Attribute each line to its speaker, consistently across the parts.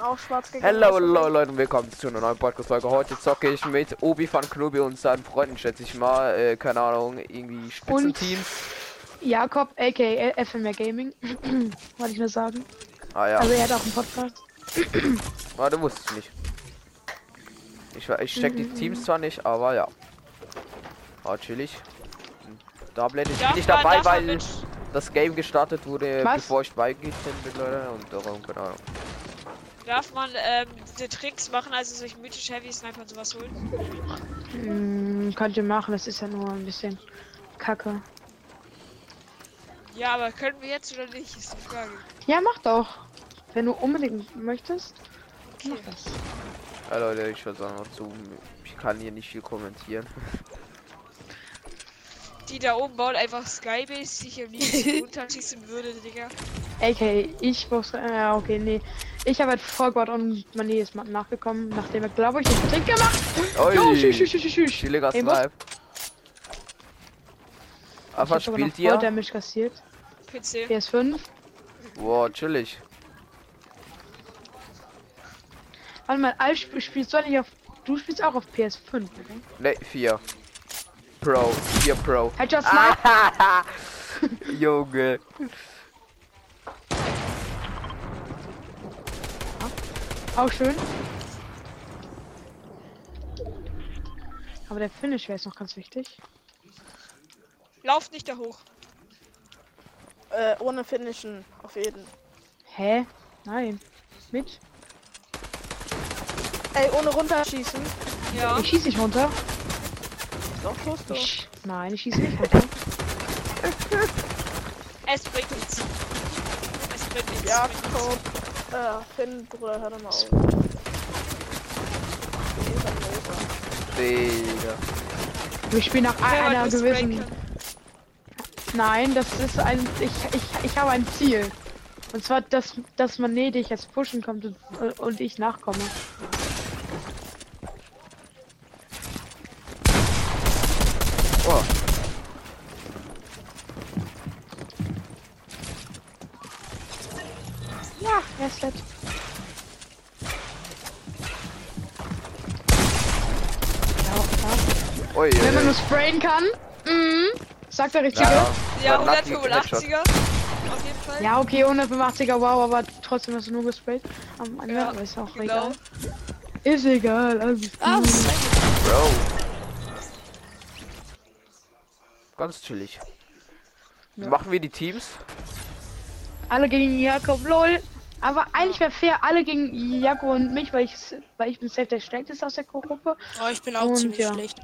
Speaker 1: auch schwarz also gegessen.
Speaker 2: Hello Leute Leute und willkommen zu einer neuen Podcast-Folge. Heute zocke ich mit Obi von Knobi und seinen Freunden, schätze ich mal. Äh, keine Ahnung, irgendwie Spitzenteams.
Speaker 1: Jakob, aka FMR Gaming. Wollte ich nur sagen.
Speaker 2: Ah ja,
Speaker 1: Also er hat auch einen Podcast.
Speaker 2: ah, du wusstest nicht. Ich, wa- ich check
Speaker 1: Mhm.
Speaker 2: die Teams zwar nicht, aber ja. War chillig. Da bleibe ich bin nicht dabei, weil das Game gestartet wurde,
Speaker 1: Was?
Speaker 2: bevor ich beigetreten bin, Leute. Und darum, keine Ahnung.
Speaker 3: Darf man ähm, diese Tricks machen, also solche mythisch Heavy Sniper und sowas holen?
Speaker 1: Hm, könnt ihr machen, das ist ja nur ein bisschen kacke.
Speaker 3: Ja, aber können wir jetzt oder nicht, ist die Frage.
Speaker 1: Ja, mach doch. Wenn du unbedingt möchtest,
Speaker 3: Okay.
Speaker 1: mach das.
Speaker 2: Ja, Leute, ich würde sagen, zu. Ich kann hier nicht viel kommentieren.
Speaker 3: Die da oben bauen einfach Skybase, die ich am liebsten runterschießen würde, Digga.
Speaker 1: Okay, ich muss. Äh, okay, nee. Ich habe halt vorgehört und Mané ist mal nachgekommen, nachdem er, glaube ich, den Trick gemacht
Speaker 2: Oi.
Speaker 1: Jo, tschüss, tschüss, tschüss, tschüss.
Speaker 2: Chilliger
Speaker 1: Ey, was?
Speaker 2: Snipe. Ah, was
Speaker 1: Ich hab sogar
Speaker 2: spielt
Speaker 1: noch voll
Speaker 2: ihr?
Speaker 1: Damage kassiert.
Speaker 3: PC.
Speaker 1: PS5.
Speaker 2: Wow, chillig.
Speaker 1: Warte mal, Alf sp spielst du nicht auf. Du spielst auch auf PS5, oder?
Speaker 2: Ne, 4. Pro, 4 Pro.
Speaker 1: Headshot Snipe!
Speaker 2: Ah, Junge.
Speaker 1: Auch schön. Aber der Finish wäre jetzt noch ganz wichtig.
Speaker 3: Lauft nicht da hoch.
Speaker 4: Äh, ohne Finishen, auf jeden.
Speaker 1: Hä? Nein. Mit?
Speaker 4: Ey, ohne runterschießen.
Speaker 3: Ja.
Speaker 1: Ich schieß nicht runter.
Speaker 4: Doch, tust du.
Speaker 1: Ich, nein, ich schieß nicht runter.
Speaker 3: Es bringt nichts. Es bringt nichts.
Speaker 4: Ja,
Speaker 3: es bringt nichts.
Speaker 4: komm. Äh, Finn, Bruder, hör doch mal auf.
Speaker 2: Digga.
Speaker 1: Wir spielen nach
Speaker 3: Wenn man
Speaker 1: einer
Speaker 3: das sprayen
Speaker 1: gewissen.
Speaker 3: kann.
Speaker 1: Nein, das ist ein. Ich, ich, ich habe ein Ziel. Und zwar, dass, dass man nee, dich jetzt pushen kommt und, und ich nachkomme.
Speaker 2: Oh,
Speaker 1: Ja, er ist dead. Ja, auch klar.
Speaker 2: ui, ui,
Speaker 1: Wenn man nur
Speaker 2: ui.
Speaker 1: sprayen kann, mhm, sagt der Richtige.
Speaker 2: Naja,
Speaker 1: Ja,
Speaker 3: Ja,
Speaker 2: dann lass mich mit Headshot.
Speaker 3: 185er. Auf jeden Fall.
Speaker 1: okay, 185er, wow, aber trotzdem hast du nur gesprayt. Am Ende,
Speaker 3: Ja,
Speaker 1: aber ist auch
Speaker 3: genau.
Speaker 1: egal. Ist egal, also.
Speaker 3: Was?
Speaker 2: Bro. Ganz chillig. Machen wir die Teams?
Speaker 1: Alle gegen Jakob, lol. Aber eigentlich wäre fair, alle gegen Jakob und mich, weil ich, weil ich bin safe der Stärkste aus der Gruppe.
Speaker 5: Oh, ich bin auch
Speaker 1: Und
Speaker 5: ziemlich
Speaker 1: ja.
Speaker 5: schlecht.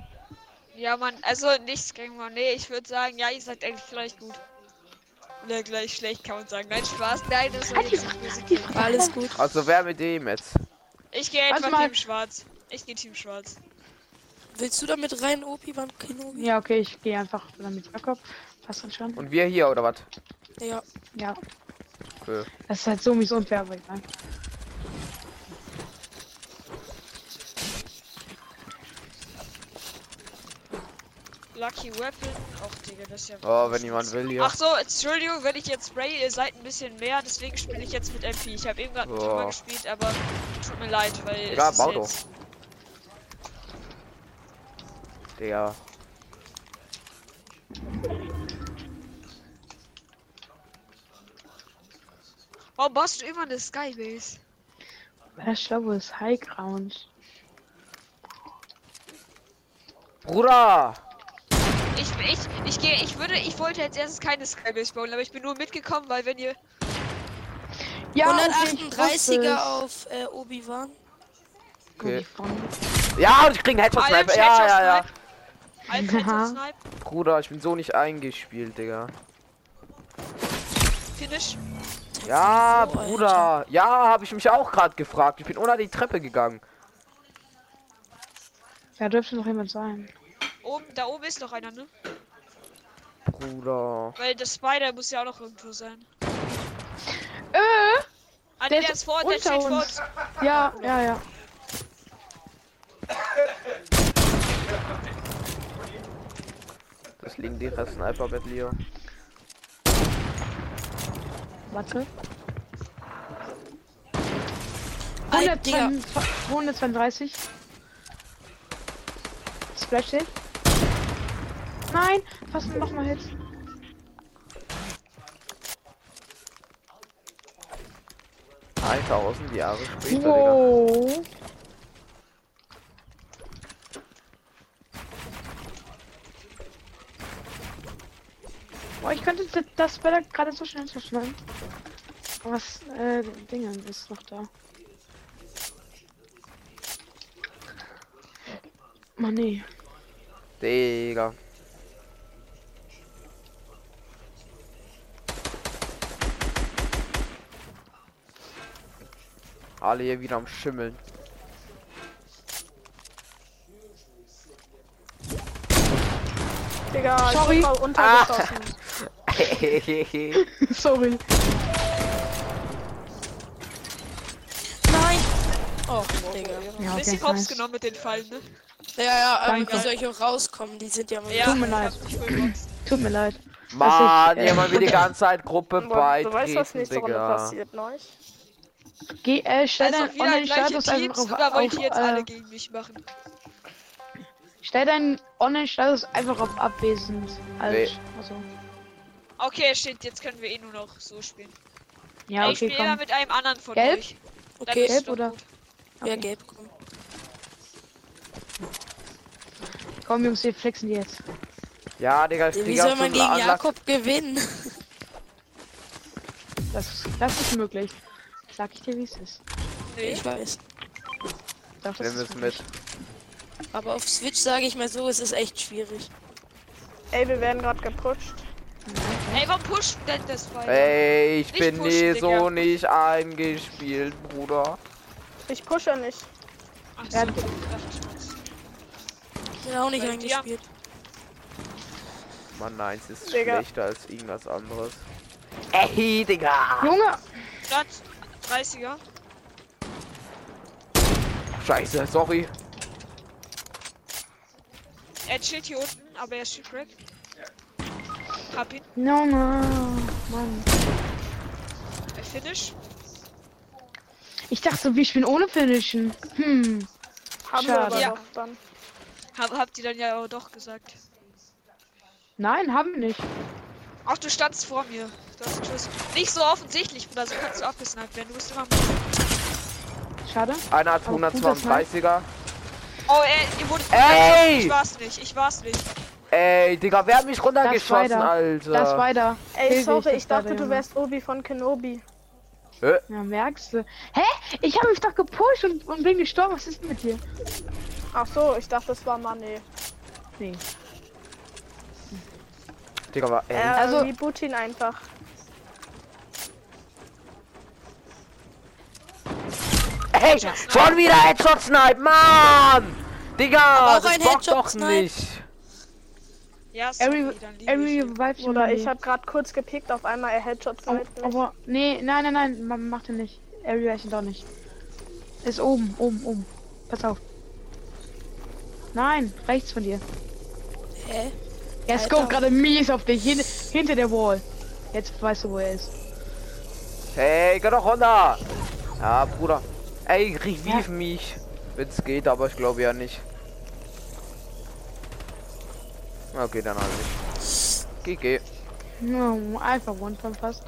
Speaker 3: Ja, man, also nichts gegen Monet. Ich würde sagen, ja, ihr seid eigentlich gleich gut. Oder gleich schlecht, kann man sagen. Nein, Spaß, nein, das war
Speaker 1: Ah, die
Speaker 3: jetzt nicht
Speaker 1: Die
Speaker 3: positiv.
Speaker 1: Frage
Speaker 5: Alles gut.
Speaker 2: Also wer mit dem jetzt?
Speaker 3: Ich gehe
Speaker 1: Warte
Speaker 3: etwa
Speaker 1: mal.
Speaker 3: Team Schwarz. Ich gehe Team Schwarz.
Speaker 5: Willst du damit rein, Opi, beim Kino?
Speaker 1: Ja, okay, ich gehe einfach dann mit Jakob. Passt dann schon.
Speaker 2: Und wir hier oder was?
Speaker 5: Ja.
Speaker 1: Ja,
Speaker 2: Cool.
Speaker 1: das ist halt so mies unfair, aber egal.
Speaker 3: Lucky Weapon. Och, Digga, das ist ja.
Speaker 2: Oh, wenn jemand will hier.
Speaker 3: Ach so, Entschuldigung, wenn ich jetzt spray, ihr seid ein bisschen mehr, deswegen spiele ich jetzt mit MP. Ich habe eben gerade
Speaker 2: Boah.
Speaker 3: drüber gespielt, aber tut mir leid, weil.
Speaker 2: Ja,
Speaker 3: es ist
Speaker 2: bau
Speaker 3: jetzt-
Speaker 2: Digga.
Speaker 3: Warum baust du immer eine Skybase?
Speaker 1: Weil das Schlau ist High Ground.
Speaker 2: Bruder!
Speaker 3: Ich, ich, ich gehe, ich würde, ich wollte als erstes keine Skybase bauen, aber ich bin nur mitgekommen, weil wenn ihr.
Speaker 1: Ja, okay, ich
Speaker 5: 138er
Speaker 1: wusste
Speaker 5: auf äh,
Speaker 1: es.
Speaker 5: Obi-Wan.
Speaker 1: Guck, ich vorne.
Speaker 2: Ja, und ich krieg einen Headshot
Speaker 3: Alter,
Speaker 2: Sniper. Ja, ja, ja.
Speaker 3: Als
Speaker 1: Ja.
Speaker 3: Snipe,
Speaker 2: Bruder, ich bin so nicht eingespielt, Digga.
Speaker 3: Finish.
Speaker 2: Ja,
Speaker 5: So, Alter.
Speaker 2: Bruder. Ja, habe ich mich auch gerade gefragt. Ich bin unter die Treppe gegangen.
Speaker 1: Da dürfte noch jemand sein.
Speaker 3: Oben, da oben ist noch einer, ne?
Speaker 2: Bruder.
Speaker 3: Weil der Spider muss ja auch noch irgendwo sein.
Speaker 1: Äh, Der
Speaker 3: Ah, der, der
Speaker 1: ist
Speaker 3: ist vor, der
Speaker 1: unter
Speaker 3: steht vor
Speaker 1: uns.
Speaker 3: uns.
Speaker 1: ja, ja, ja.
Speaker 2: Das liegen die Rest Sniper mit Leo.
Speaker 1: Warte.
Speaker 5: Ey, Digga.
Speaker 1: 132. Splash Hit. Nein, fast nochmal Hit.
Speaker 2: Alter, außen die Jahre später, Digga.
Speaker 1: Wow. Boah, ich könnte das- das Bälle gerade so schnell verschneiden. Aber Was, äh, Dingen ist noch da. Mann, nee.
Speaker 2: Digga. Alle hier wieder am Schimmeln.
Speaker 4: Digga,
Speaker 1: Sorry.
Speaker 4: ich bin mal untergeschossen.
Speaker 1: Sorry.
Speaker 5: Nein!
Speaker 4: Oh,
Speaker 5: Ah. Digga.
Speaker 1: Ja,
Speaker 3: Bisschen
Speaker 1: okay,
Speaker 3: hops
Speaker 1: nice.
Speaker 3: genommen mit den Fallen, ne?
Speaker 5: Ja, ja, aber
Speaker 1: Danke.
Speaker 5: wie soll ich auch rauskommen? Die sind ja mal.
Speaker 3: Ja,
Speaker 1: Tut mir
Speaker 3: ich
Speaker 1: leid.
Speaker 3: hab mich voll geboxt.
Speaker 1: Tut mir leid.
Speaker 2: Mann,
Speaker 1: äh,
Speaker 2: jemand will die ganze Zeit Gruppe
Speaker 4: Boah, Du weißt, was
Speaker 2: beitreten,
Speaker 4: nächste Runde
Speaker 2: Digga.
Speaker 4: passiert, ne, neulich?
Speaker 1: Geh, äh, stell
Speaker 3: Also
Speaker 1: deinen
Speaker 3: wieder gleiche
Speaker 1: Online-Status
Speaker 3: Teams,
Speaker 1: einfach auf,
Speaker 3: oder wollt ihr jetzt
Speaker 1: auf,
Speaker 3: alle
Speaker 1: äh,
Speaker 3: gegen mich machen?
Speaker 1: Stell deinen Online-Status einfach auf abwesend. Also, also.
Speaker 3: Okay, shit, jetzt können wir eh nur noch so spielen.
Speaker 1: Ja,
Speaker 3: Ey, ich
Speaker 1: okay,
Speaker 3: spiele immer
Speaker 1: komm.
Speaker 3: mit einem anderen von
Speaker 1: Gelb?
Speaker 3: euch. Dann
Speaker 5: Okay,
Speaker 3: ist
Speaker 1: Gelb
Speaker 3: doch
Speaker 1: oder-
Speaker 3: gut.
Speaker 5: ja,
Speaker 1: Okay.
Speaker 5: gelb, komm.
Speaker 1: Komm, Jungs, wir flexen jetzt.
Speaker 2: Ja, Digga,
Speaker 5: Wie
Speaker 2: Digga,
Speaker 5: soll man
Speaker 2: zum
Speaker 5: gegen
Speaker 2: Anlass
Speaker 5: Jakob gewinnen?
Speaker 1: Das, das ist möglich. Sag ich dir, wie es ist.
Speaker 3: Nee.
Speaker 5: Ich weiß.
Speaker 1: Doch, das
Speaker 2: nehmen wir
Speaker 1: ist
Speaker 2: es
Speaker 1: möglich.
Speaker 2: mit.
Speaker 5: Aber auf Switch sage ich mal so, es ist echt schwierig.
Speaker 4: Ey, wir werden gerade geputscht.
Speaker 3: Ey, warum pushen denn das weiter?
Speaker 2: Ey, ich
Speaker 3: Nicht
Speaker 2: bin
Speaker 3: pushen,
Speaker 2: nie
Speaker 3: Digga.
Speaker 2: so nicht eingespielt, Bruder.
Speaker 4: Ich pushe ja nicht.
Speaker 3: Ach so,
Speaker 1: Ja.
Speaker 3: ich dachte schon.
Speaker 5: Ich bin auch nicht
Speaker 3: Bei dir?
Speaker 5: eingespielt.
Speaker 2: Mann, nein, es ist
Speaker 4: Digga.
Speaker 2: schlechter als irgendwas anderes. Ey, Digga!
Speaker 1: Junge!
Speaker 3: Platz 30er.
Speaker 2: Scheiße, sorry.
Speaker 3: Er chillt hier unten, aber er ist schon crack. Hab ihn.
Speaker 1: Junge! Mann.
Speaker 3: Äh, Finish.
Speaker 1: Ich dachte, wir spielen ohne Finishen. Hm.
Speaker 4: Haben wir aber
Speaker 1: Schade.
Speaker 3: Ja.
Speaker 4: doch dann.
Speaker 3: Hab, habt ihr dann ja auch doch gesagt.
Speaker 1: Nein, haben wir nicht.
Speaker 3: Ach, du standst vor mir. Du hast Schuss. Nicht so offensichtlich, Bruder, so kannst du abgesnackt werden. Du bist immer mit.
Speaker 1: Schade.
Speaker 2: Einer hat
Speaker 1: Oh, gut, das
Speaker 2: 132er.
Speaker 3: Oh, ey, ihr wurdet.
Speaker 2: Ey!
Speaker 3: Ich war's nicht, ich war's nicht.
Speaker 2: Ey, Digga, wer hat mich runtergeschossen,
Speaker 1: weiter.
Speaker 2: Alter?
Speaker 1: Das weiter.
Speaker 4: Ey,
Speaker 1: Hilfe,
Speaker 4: sorry,
Speaker 1: das
Speaker 4: ich dachte,
Speaker 1: weiter,
Speaker 4: du
Speaker 1: Junge.
Speaker 4: wärst Obi von Kenobi.
Speaker 1: Ja, merkst du. Hä? Ich habe mich doch gepusht und, und bin gestorben. Was ist denn mit dir?
Speaker 4: Ach so, ich dachte, das war Mané.
Speaker 1: Nee.
Speaker 2: Digga, war, ey,
Speaker 4: Äh,
Speaker 1: Also-
Speaker 4: also, reboot ihn einfach.
Speaker 2: Hey, schon wieder Headshot Snipe, Mann! Digga,
Speaker 5: Aber auch
Speaker 2: das
Speaker 5: ein
Speaker 2: bockt doch
Speaker 5: Headshot-Snipe.
Speaker 2: nicht.
Speaker 3: Ja,
Speaker 1: Every,
Speaker 3: sorry, dann liebe ich
Speaker 1: every
Speaker 3: ihn.
Speaker 1: Vibe
Speaker 4: Oder ich habe gerade kurz gepickt, auf einmal er Headshots
Speaker 1: Aber,
Speaker 4: mit mich.
Speaker 1: aber nee, nein, nein, nein, ma- macht er nicht. Er rechnet doch nicht. Ist oben, oben, oben. Pass auf. Nein, rechts von dir.
Speaker 5: Hä?
Speaker 1: Er scope gerade mies auf dich, hin, hinter der Wall. Jetzt weißt du, wo er ist.
Speaker 2: Hey, geh doch runter! Ja, Bruder. Ey, reviv
Speaker 1: Ja.
Speaker 2: mich. Wenn's geht, aber ich glaube ja nicht. Okay, dann halt nicht. Geh, geh.
Speaker 1: No, einfach One-Time fast.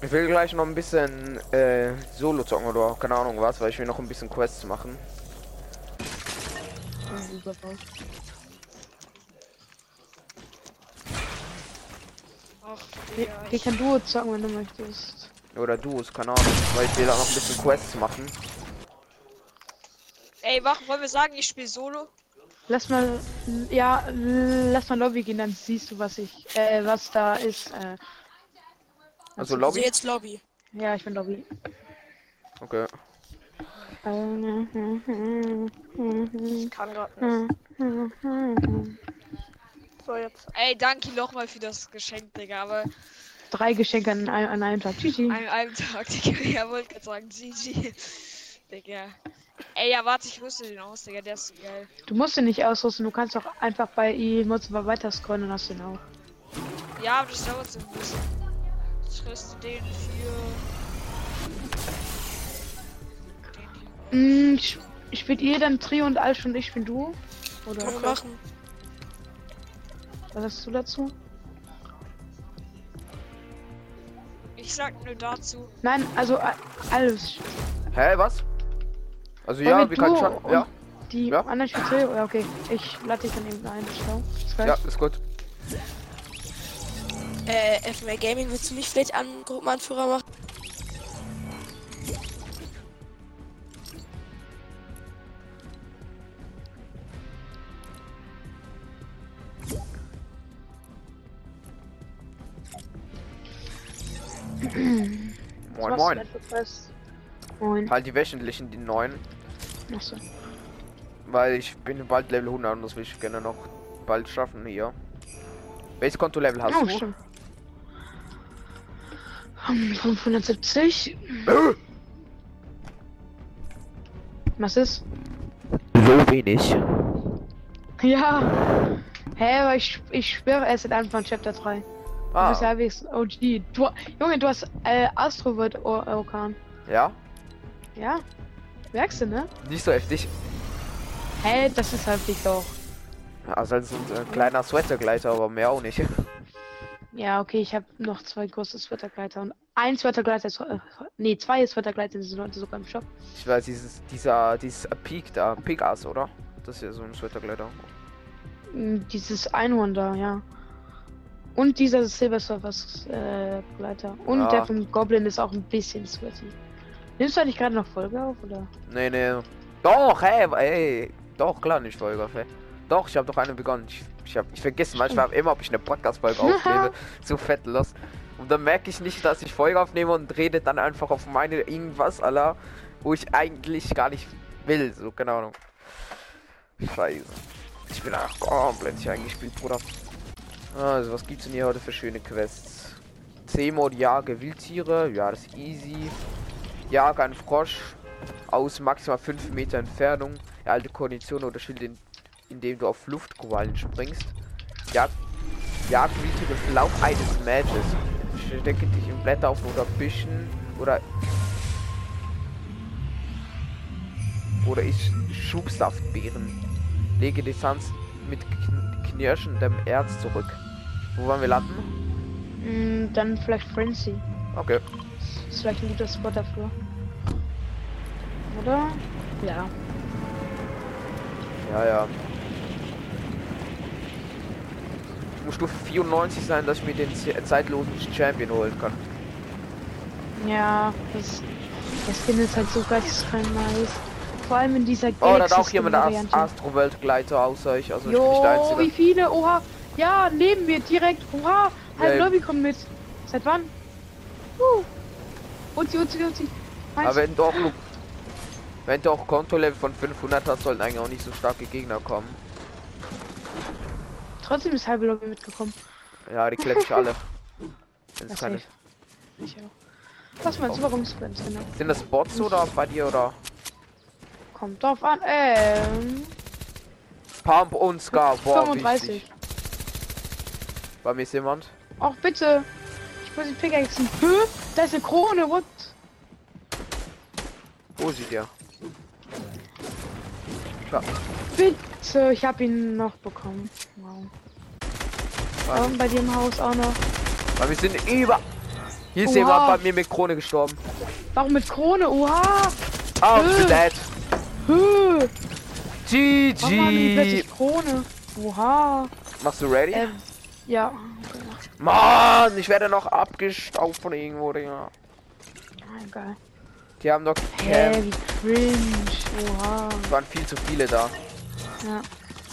Speaker 2: Ich will gleich noch ein bisschen äh, Solo zocken oder keine Ahnung was, weil ich will noch ein bisschen Quests machen.
Speaker 3: Ach,
Speaker 1: Wir,
Speaker 3: Digga,
Speaker 1: wir können Duo zocken, wenn du möchtest.
Speaker 2: Oder Duos, keine Ahnung, weil ich will da noch ein bisschen Quests machen.
Speaker 3: Ey, wach, wollen wir sagen, ich spiele Solo?
Speaker 1: Lass mal, ja, lass mal Lobby gehen, dann siehst du, was ich, äh, was da ist. Äh,
Speaker 2: Also
Speaker 5: Also
Speaker 2: Lobby?
Speaker 5: jetzt Lobby.
Speaker 1: ja, ich bin Lobby.
Speaker 2: Okay.
Speaker 4: Ich kann gerade nicht. So, jetzt.
Speaker 3: Ey, danke nochmal für das Geschenk, Digga, aber
Speaker 1: Drei Geschenke an, ein- an einem Tag. GG.
Speaker 3: an einem Tag, Digga, ja, wollte gerade sagen, GG. Digga. Ey, ja, warte, ich wusste den aus, Digga, der ist so geil.
Speaker 1: Du musst ihn nicht ausrüsten, du kannst auch einfach bei ihm weiter scrollen und hast ihn auch.
Speaker 3: Ja, aber das dauert so ein bisschen. Ich rüste den für.
Speaker 1: Mm, sp- spielt ihr dann Trio und Alsch und ich bin Duo? Oder
Speaker 5: Können wir machen.
Speaker 1: was hast du dazu?
Speaker 3: Ich sag nur dazu.
Speaker 1: Nein, also A- Alsch.
Speaker 2: Hä, was? Also
Speaker 1: Ja,
Speaker 2: ja,
Speaker 1: mit
Speaker 2: wir können
Speaker 1: Duo
Speaker 2: schon.
Speaker 1: und-
Speaker 2: Ja,
Speaker 1: Die
Speaker 2: Ja.
Speaker 1: anderen spielen Trio. Ja, okay. Ich lade dich dann eben ein. Ciao. Bis gleich.
Speaker 2: ja, ist gut.
Speaker 5: Äh, FMA Gaming, willst du mich vielleicht an Gruppenanführer machen?
Speaker 1: Was
Speaker 2: Moin,
Speaker 1: machst du
Speaker 2: moin.
Speaker 1: denn für Quest? Moin.
Speaker 2: Halt die wöchentlichen, die neuen,
Speaker 1: Achso.
Speaker 2: weil ich bin bald Level 100 und das will ich gerne noch bald schaffen hier. Welches Konto-Level hast
Speaker 1: Oh,
Speaker 2: du?
Speaker 1: stimmt. Hm, 570. Was ist?
Speaker 2: So wenig.
Speaker 1: Ja. Hä, aber ich, ich schwöre, er ist am Anfang Chapter 3. Du bist
Speaker 2: Ah,
Speaker 1: ja wenigstens OG. Du, Junge, du hast äh, Astrovert Orkan.
Speaker 2: ja?
Speaker 1: Ja. Merkst du, ne?
Speaker 2: Nicht so heftig.
Speaker 1: Hä, das ist halt nicht doch.
Speaker 2: Also als ein äh, kleiner Sweatergleiter, aber mehr auch nicht.
Speaker 1: Ja, okay, ich habe noch zwei große Sweatergleiter und ein Sweatergleiter ist. Äh, nee, zwei Sweatergleiter sind heute sogar im Shop.
Speaker 2: Ich weiß, dieses, dieser, dieses Peak da, Pegas, oder? Das ist ja so ein Sweatergleiter.
Speaker 1: Mm, Dieses Einhorn da, ja. Und dieser Silver Surfers äh, Gleiter. Und
Speaker 2: Ja.
Speaker 1: der vom Goblin ist auch ein bisschen sweaty. Nimmst du eigentlich gerade noch Folge auf, oder?
Speaker 2: Nee, nee. Doch, hey, ey. Doch, klar, nicht Folge. Hey. Doch, ich habe doch eine begonnen. Ich, ich, hab, ich vergesse manchmal immer, ob ich eine Podcast-Folge aufnehme. Zu fett los. Und dann merke ich nicht, dass ich Folge aufnehme und rede dann einfach auf meine irgendwas, aller, wo ich eigentlich gar nicht will. So, keine Ahnung. Scheiße. Ich bin auch komplett hier eingespielt, Bruder. Also, was gibt's denn hier heute für schöne Quests? C-Mod, Jage Wildtiere. Ja, das ist easy. Jage einen Frosch aus maximal 5 Meter Entfernung. Erhalte Kondition oder Schild, in, indem du auf Luftquallen springst. Jagd, Jagdwilde im Lauf eines Matches. Stecke dich in Blätter auf oder Büschen oder. Oder ich Schubsaftbeeren. Lege Distanz mit kn knirschendem Erz zurück. Wo wollen wir landen?
Speaker 1: Mm, dann vielleicht Frenzy.
Speaker 2: Okay.
Speaker 1: Ist vielleicht ein guter Spot dafür. Oder? Ja.
Speaker 2: Ja, ja. Muss Stufe 94 sein, dass ich mir den ze- zeitlosen Champion holen kann.
Speaker 1: Ja, das, das Skin ist halt so geisteskrank nice. Vor allem in dieser
Speaker 2: Oh, da hat
Speaker 1: Galaxy
Speaker 2: auch jemand Ast
Speaker 1: Skin-Variante.
Speaker 2: Astro-Weltgleiter außer ich, also ich bin nicht der
Speaker 1: Jo, wie
Speaker 2: Einzige.
Speaker 1: viele? Oha. Ja, neben mir direkt. Oha. Halb
Speaker 2: Ja,
Speaker 1: Lobby kommt mit. Seit wann? Uh. Uzi, uzi, uzi. Meinst
Speaker 2: Aber wenn du auch, nur- wenn du auch Kontolevel von 500 hast, sollten eigentlich auch nicht so starke Gegner kommen.
Speaker 1: du, trotzdem ist halbe Lobby mitgekommen.
Speaker 2: Ja, die klemme ich alle. Wenn
Speaker 1: Ja,
Speaker 2: es keine... Oh.
Speaker 1: safe. Ich auch. Was meinst du, warum Spams genau?
Speaker 2: Sind das Bots oder bei dir oder?
Speaker 1: Kommt drauf an. Ähm.
Speaker 2: Pump und Scar, boah,
Speaker 1: 35.
Speaker 2: wichtig. Bei mir ist jemand.
Speaker 1: Auch bitte. Ich muss die Pickaxen. Hä? Da ist eine Krone. What?
Speaker 2: Wo sieht ihr?
Speaker 1: Bitte. Ich hab ihn noch bekommen. Wow.
Speaker 2: Was?
Speaker 1: Und bei dir im Haus auch noch.
Speaker 2: Weil wir sind über. Hier ist
Speaker 1: Oha.
Speaker 2: jemand bei mir mit Krone gestorben.
Speaker 1: Warum mit Krone? Oha.
Speaker 2: Ah, ich bin
Speaker 1: Äh.
Speaker 2: dead.
Speaker 1: Hä? Warum haben die
Speaker 2: GG.
Speaker 1: plötzlich Krone? Oha.
Speaker 2: Machst du ready?
Speaker 1: Ähm, ja.
Speaker 2: Mann, ich werde noch abgestaubt von irgendwo,
Speaker 1: Ah,
Speaker 2: Digga.
Speaker 1: Geil.
Speaker 2: Die haben doch
Speaker 1: Hä,
Speaker 2: gecampt.
Speaker 1: wie cringe. Oha.
Speaker 2: Es waren viel zu viele da.
Speaker 1: Ja.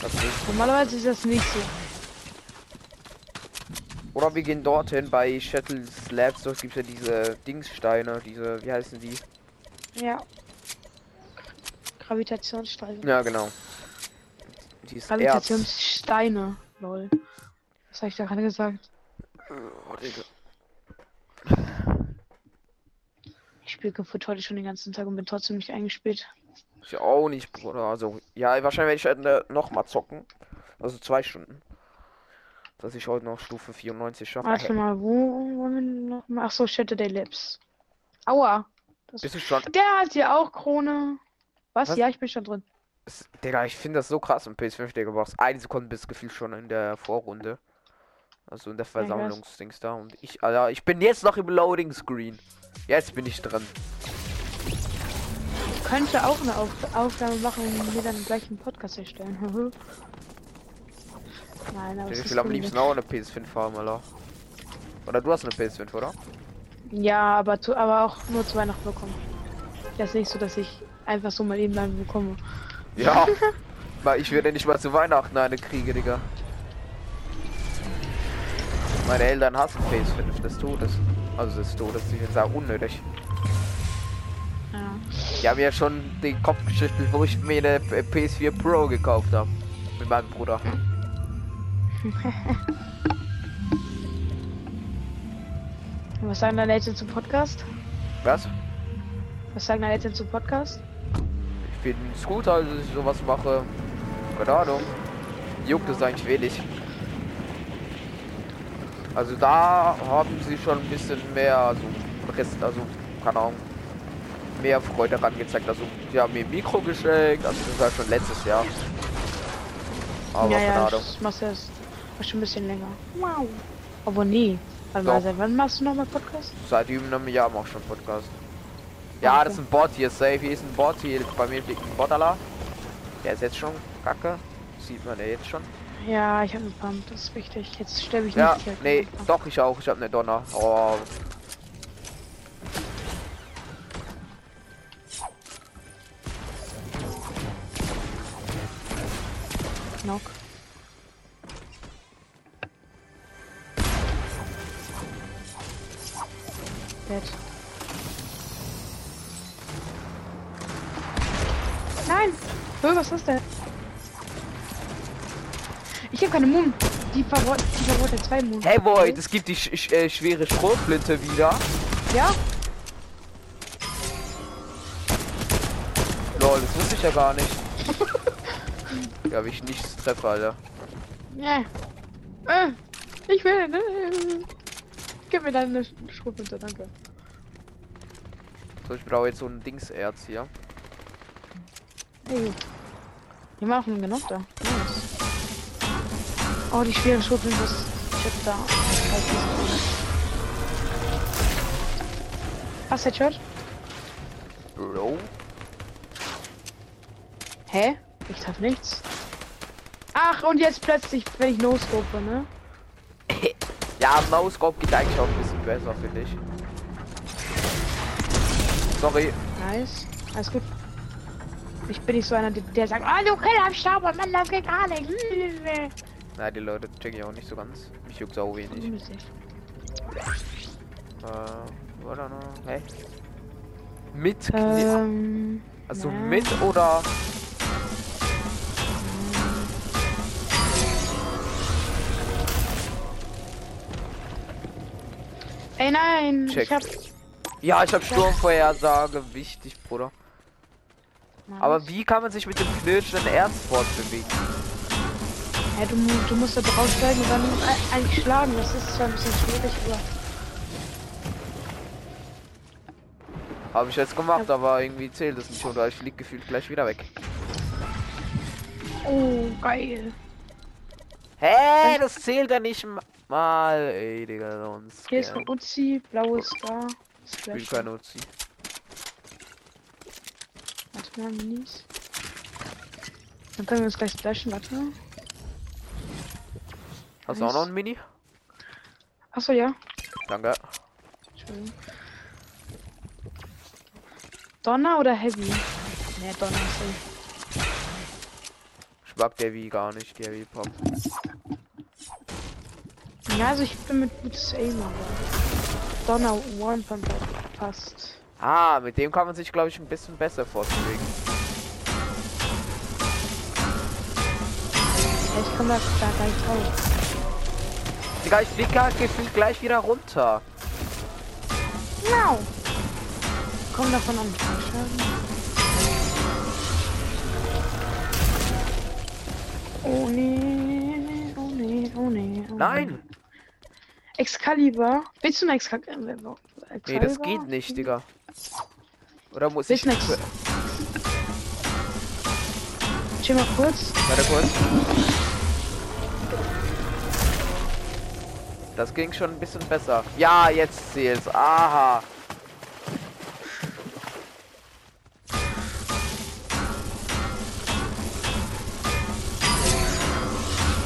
Speaker 2: Das ist-
Speaker 1: Normalerweise ist das nicht so.
Speaker 2: Oder wir gehen dorthin bei Shuttle Slabs. Dort gibt es ja diese Dingssteine. Diese, wie heißen die?
Speaker 1: Ja. Gravitationssteine.
Speaker 2: Ja, genau. Dieses Erz.
Speaker 1: Gravitationssteine. Lol. Was habe ich da gerade gesagt?
Speaker 2: Oh, Digga.
Speaker 1: Ich spiele kaputt heute schon den ganzen Tag und bin trotzdem nicht eingespielt.
Speaker 2: Ich auch nicht, Bruder. Also, ja, wahrscheinlich werde ich heute äh, noch mal zocken. Also zwei Stunden. Dass ich heute noch Stufe 94 schaffe.
Speaker 1: Warte Ah, mal, wo wollen wir noch mal? Achso, Shadow Day Labs. Aua.
Speaker 2: Bist du schon?
Speaker 1: Der hat ja auch Krone. Was?
Speaker 2: Was?
Speaker 1: Ja, ich bin schon drin.
Speaker 2: Es- Digga, ich finde das so krass im PS5, Digga. Du brauchst eine Sekunde bis gefühlt schon in der Vorrunde. Also in der
Speaker 1: weiß.
Speaker 2: Versammlungsdings da. Und ich, Alter, ich bin jetzt noch im Loading Screen. Jetzt bin ich drin.
Speaker 1: Ich könnte auch eine Auf Aufnahme machen und mir dann gleich einen Podcast erstellen. Nein, aber es
Speaker 2: Digga, Ich
Speaker 1: ist
Speaker 2: will am
Speaker 1: cool. ne?
Speaker 2: liebsten auch eine PS5 haben, Alter. Oder du hast eine PS5, oder?
Speaker 1: Ja, aber, zu, aber auch nur zu Weihnachten bekommen. Das ist nicht so, dass ich einfach so mal eben dann bekomme.
Speaker 2: Ja. Weil ich werde nicht mal zu Weihnachten eine kriege, Digga. Meine Eltern hassen PS5 des Todes. Also des Todes, ich würde sagen, unnötig.
Speaker 1: Ja.
Speaker 2: Die haben ja schon den Kopf geschüttelt, wo ich mir eine P- PS4 Pro gekauft habe. Mit meinem Bruder.
Speaker 1: Und was sagen deine Eltern zum Podcast?
Speaker 2: Was?
Speaker 1: Was sagen deine Eltern zum Podcast?
Speaker 2: Ich bin es gut, also dass ich sowas mache. Keine Ahnung. Juckt es eigentlich wenig. Also da haben sie schon ein bisschen mehr, also Rest, also keine Ahnung, mehr Freude daran gezeigt. Also sie haben mir ein Mikro geschenkt, also das war schon letztes Jahr. Aber
Speaker 1: ja,
Speaker 2: keine
Speaker 1: ja,
Speaker 2: Ahnung.
Speaker 1: ich mach's erst schon ein bisschen länger. Wow. Aber nie. Warte mal,
Speaker 2: Doch.
Speaker 1: seit wann machst du nochmal Podcast?
Speaker 2: Seit über einem Jahr mache ich schon Podcast. Ja, das ist ein Bot hier, safe. Hier ist ein Bot hier. Bei mir liegt ein Botala. Der ist jetzt schon kacke. Sieht man ja jetzt schon.
Speaker 1: Ja, ich habe eine Pump, das ist wichtig. Jetzt stelle ich
Speaker 2: Ja,
Speaker 1: nicht direkt
Speaker 2: nee,
Speaker 1: eine Pump.
Speaker 2: doch, ich auch. Ich habe eine Donner. Oh.
Speaker 1: Knock. Dead. Nein! Hö, was ist denn? Ich habe keine Moon. Die verrot, die verrot zwei Moon.
Speaker 2: Hey, Void, es gibt die sch sch äh, schwere Schrotflinte wieder.
Speaker 1: Ja?
Speaker 2: Lol, das wusste ich ja gar nicht. ja, wie ich nichts treffe, Alter.
Speaker 1: Ja. Äh, ich will. Ne? Gib mir deine Schruppe unter, danke.
Speaker 2: So, ich brauche jetzt so ein Dingserz hier.
Speaker 1: Hey. Die machen genug da. Nice. Oh, die schweren Schuppen, das Chip da. Was, Headshot?
Speaker 2: Bro.
Speaker 1: Hä? Ich darf nichts. Ach, und jetzt plötzlich, wenn ich losrufe, ne?
Speaker 2: Ja, Mauskorb geht eigentlich auch ein bisschen besser, finde ich. Sorry.
Speaker 1: Nice. Alles gut. Ich bin nicht so einer, der- der sagt, ah, du Kill am Starboard, Mann, das geht gar nicht.
Speaker 2: Na, die Leute checken ja auch nicht so ganz. Mich juckt's auch wenig. Äh, warte noch. Hä?
Speaker 1: Äh,
Speaker 2: Mit Knie-
Speaker 1: Ähm,
Speaker 2: Also
Speaker 1: ja.
Speaker 2: mit oder.
Speaker 1: ey, nein.
Speaker 2: Check.
Speaker 1: Ich hab.
Speaker 2: Ja, ich hab Sturmvorhersage. Wichtig, Bruder. Aber wie kann man sich mit dem knirschenden Erz fortbewegen?
Speaker 1: Ja, du, mu- du musst da draufsteigen und dann ei- eigentlich schlagen. Das ist zwar ein bisschen schwierig, aber
Speaker 2: Habe ich jetzt gemacht, aber irgendwie zählt das nicht oder ich flieg gefühlt gleich wieder weg.
Speaker 1: Oh, geil.
Speaker 2: Hä, das zählt ja nicht m- mal. Ey, Digga, sonst.
Speaker 1: Hier ist
Speaker 2: gern.
Speaker 1: eine Uzi, blaues da. Ist
Speaker 2: Ich bin
Speaker 1: vielleicht-
Speaker 2: kein Uzi.
Speaker 1: Warte mal, Minis. Dann können wir uns gleich splashen, warte.
Speaker 2: Hast du auch noch ein Mini?
Speaker 1: Achso, ja.
Speaker 2: Danke.
Speaker 1: Entschuldigung. Donner oder Heavy? Ne, Donner ist safe.
Speaker 2: Ich mag der wie gar nicht, der wie Pop.
Speaker 1: Ja, also ich bin mit gutes Aim, aber. Donner One Pump passt.
Speaker 2: Ah, mit dem kann man sich, glaube ich, ein bisschen besser fortbewegen.
Speaker 1: Ja, ich komme da, da gleich drauf.
Speaker 2: Digga, ich flieg gar- gefühlt gleich wieder runter.
Speaker 1: Wow! Komm davon an. Schaden. Oh nee, oh nee, oh nee. Oh Nee.
Speaker 2: Nein!
Speaker 1: Excalibur? Willst du ein Exca- äh, Excalibur?
Speaker 2: Nee, das geht nicht, Digga. Oder muss ich.
Speaker 1: Willst du ein Ex Chill mal kurz.
Speaker 2: Warte kurz. Das ging schon ein bisschen besser. Ja, jetzt zählt's. Aha.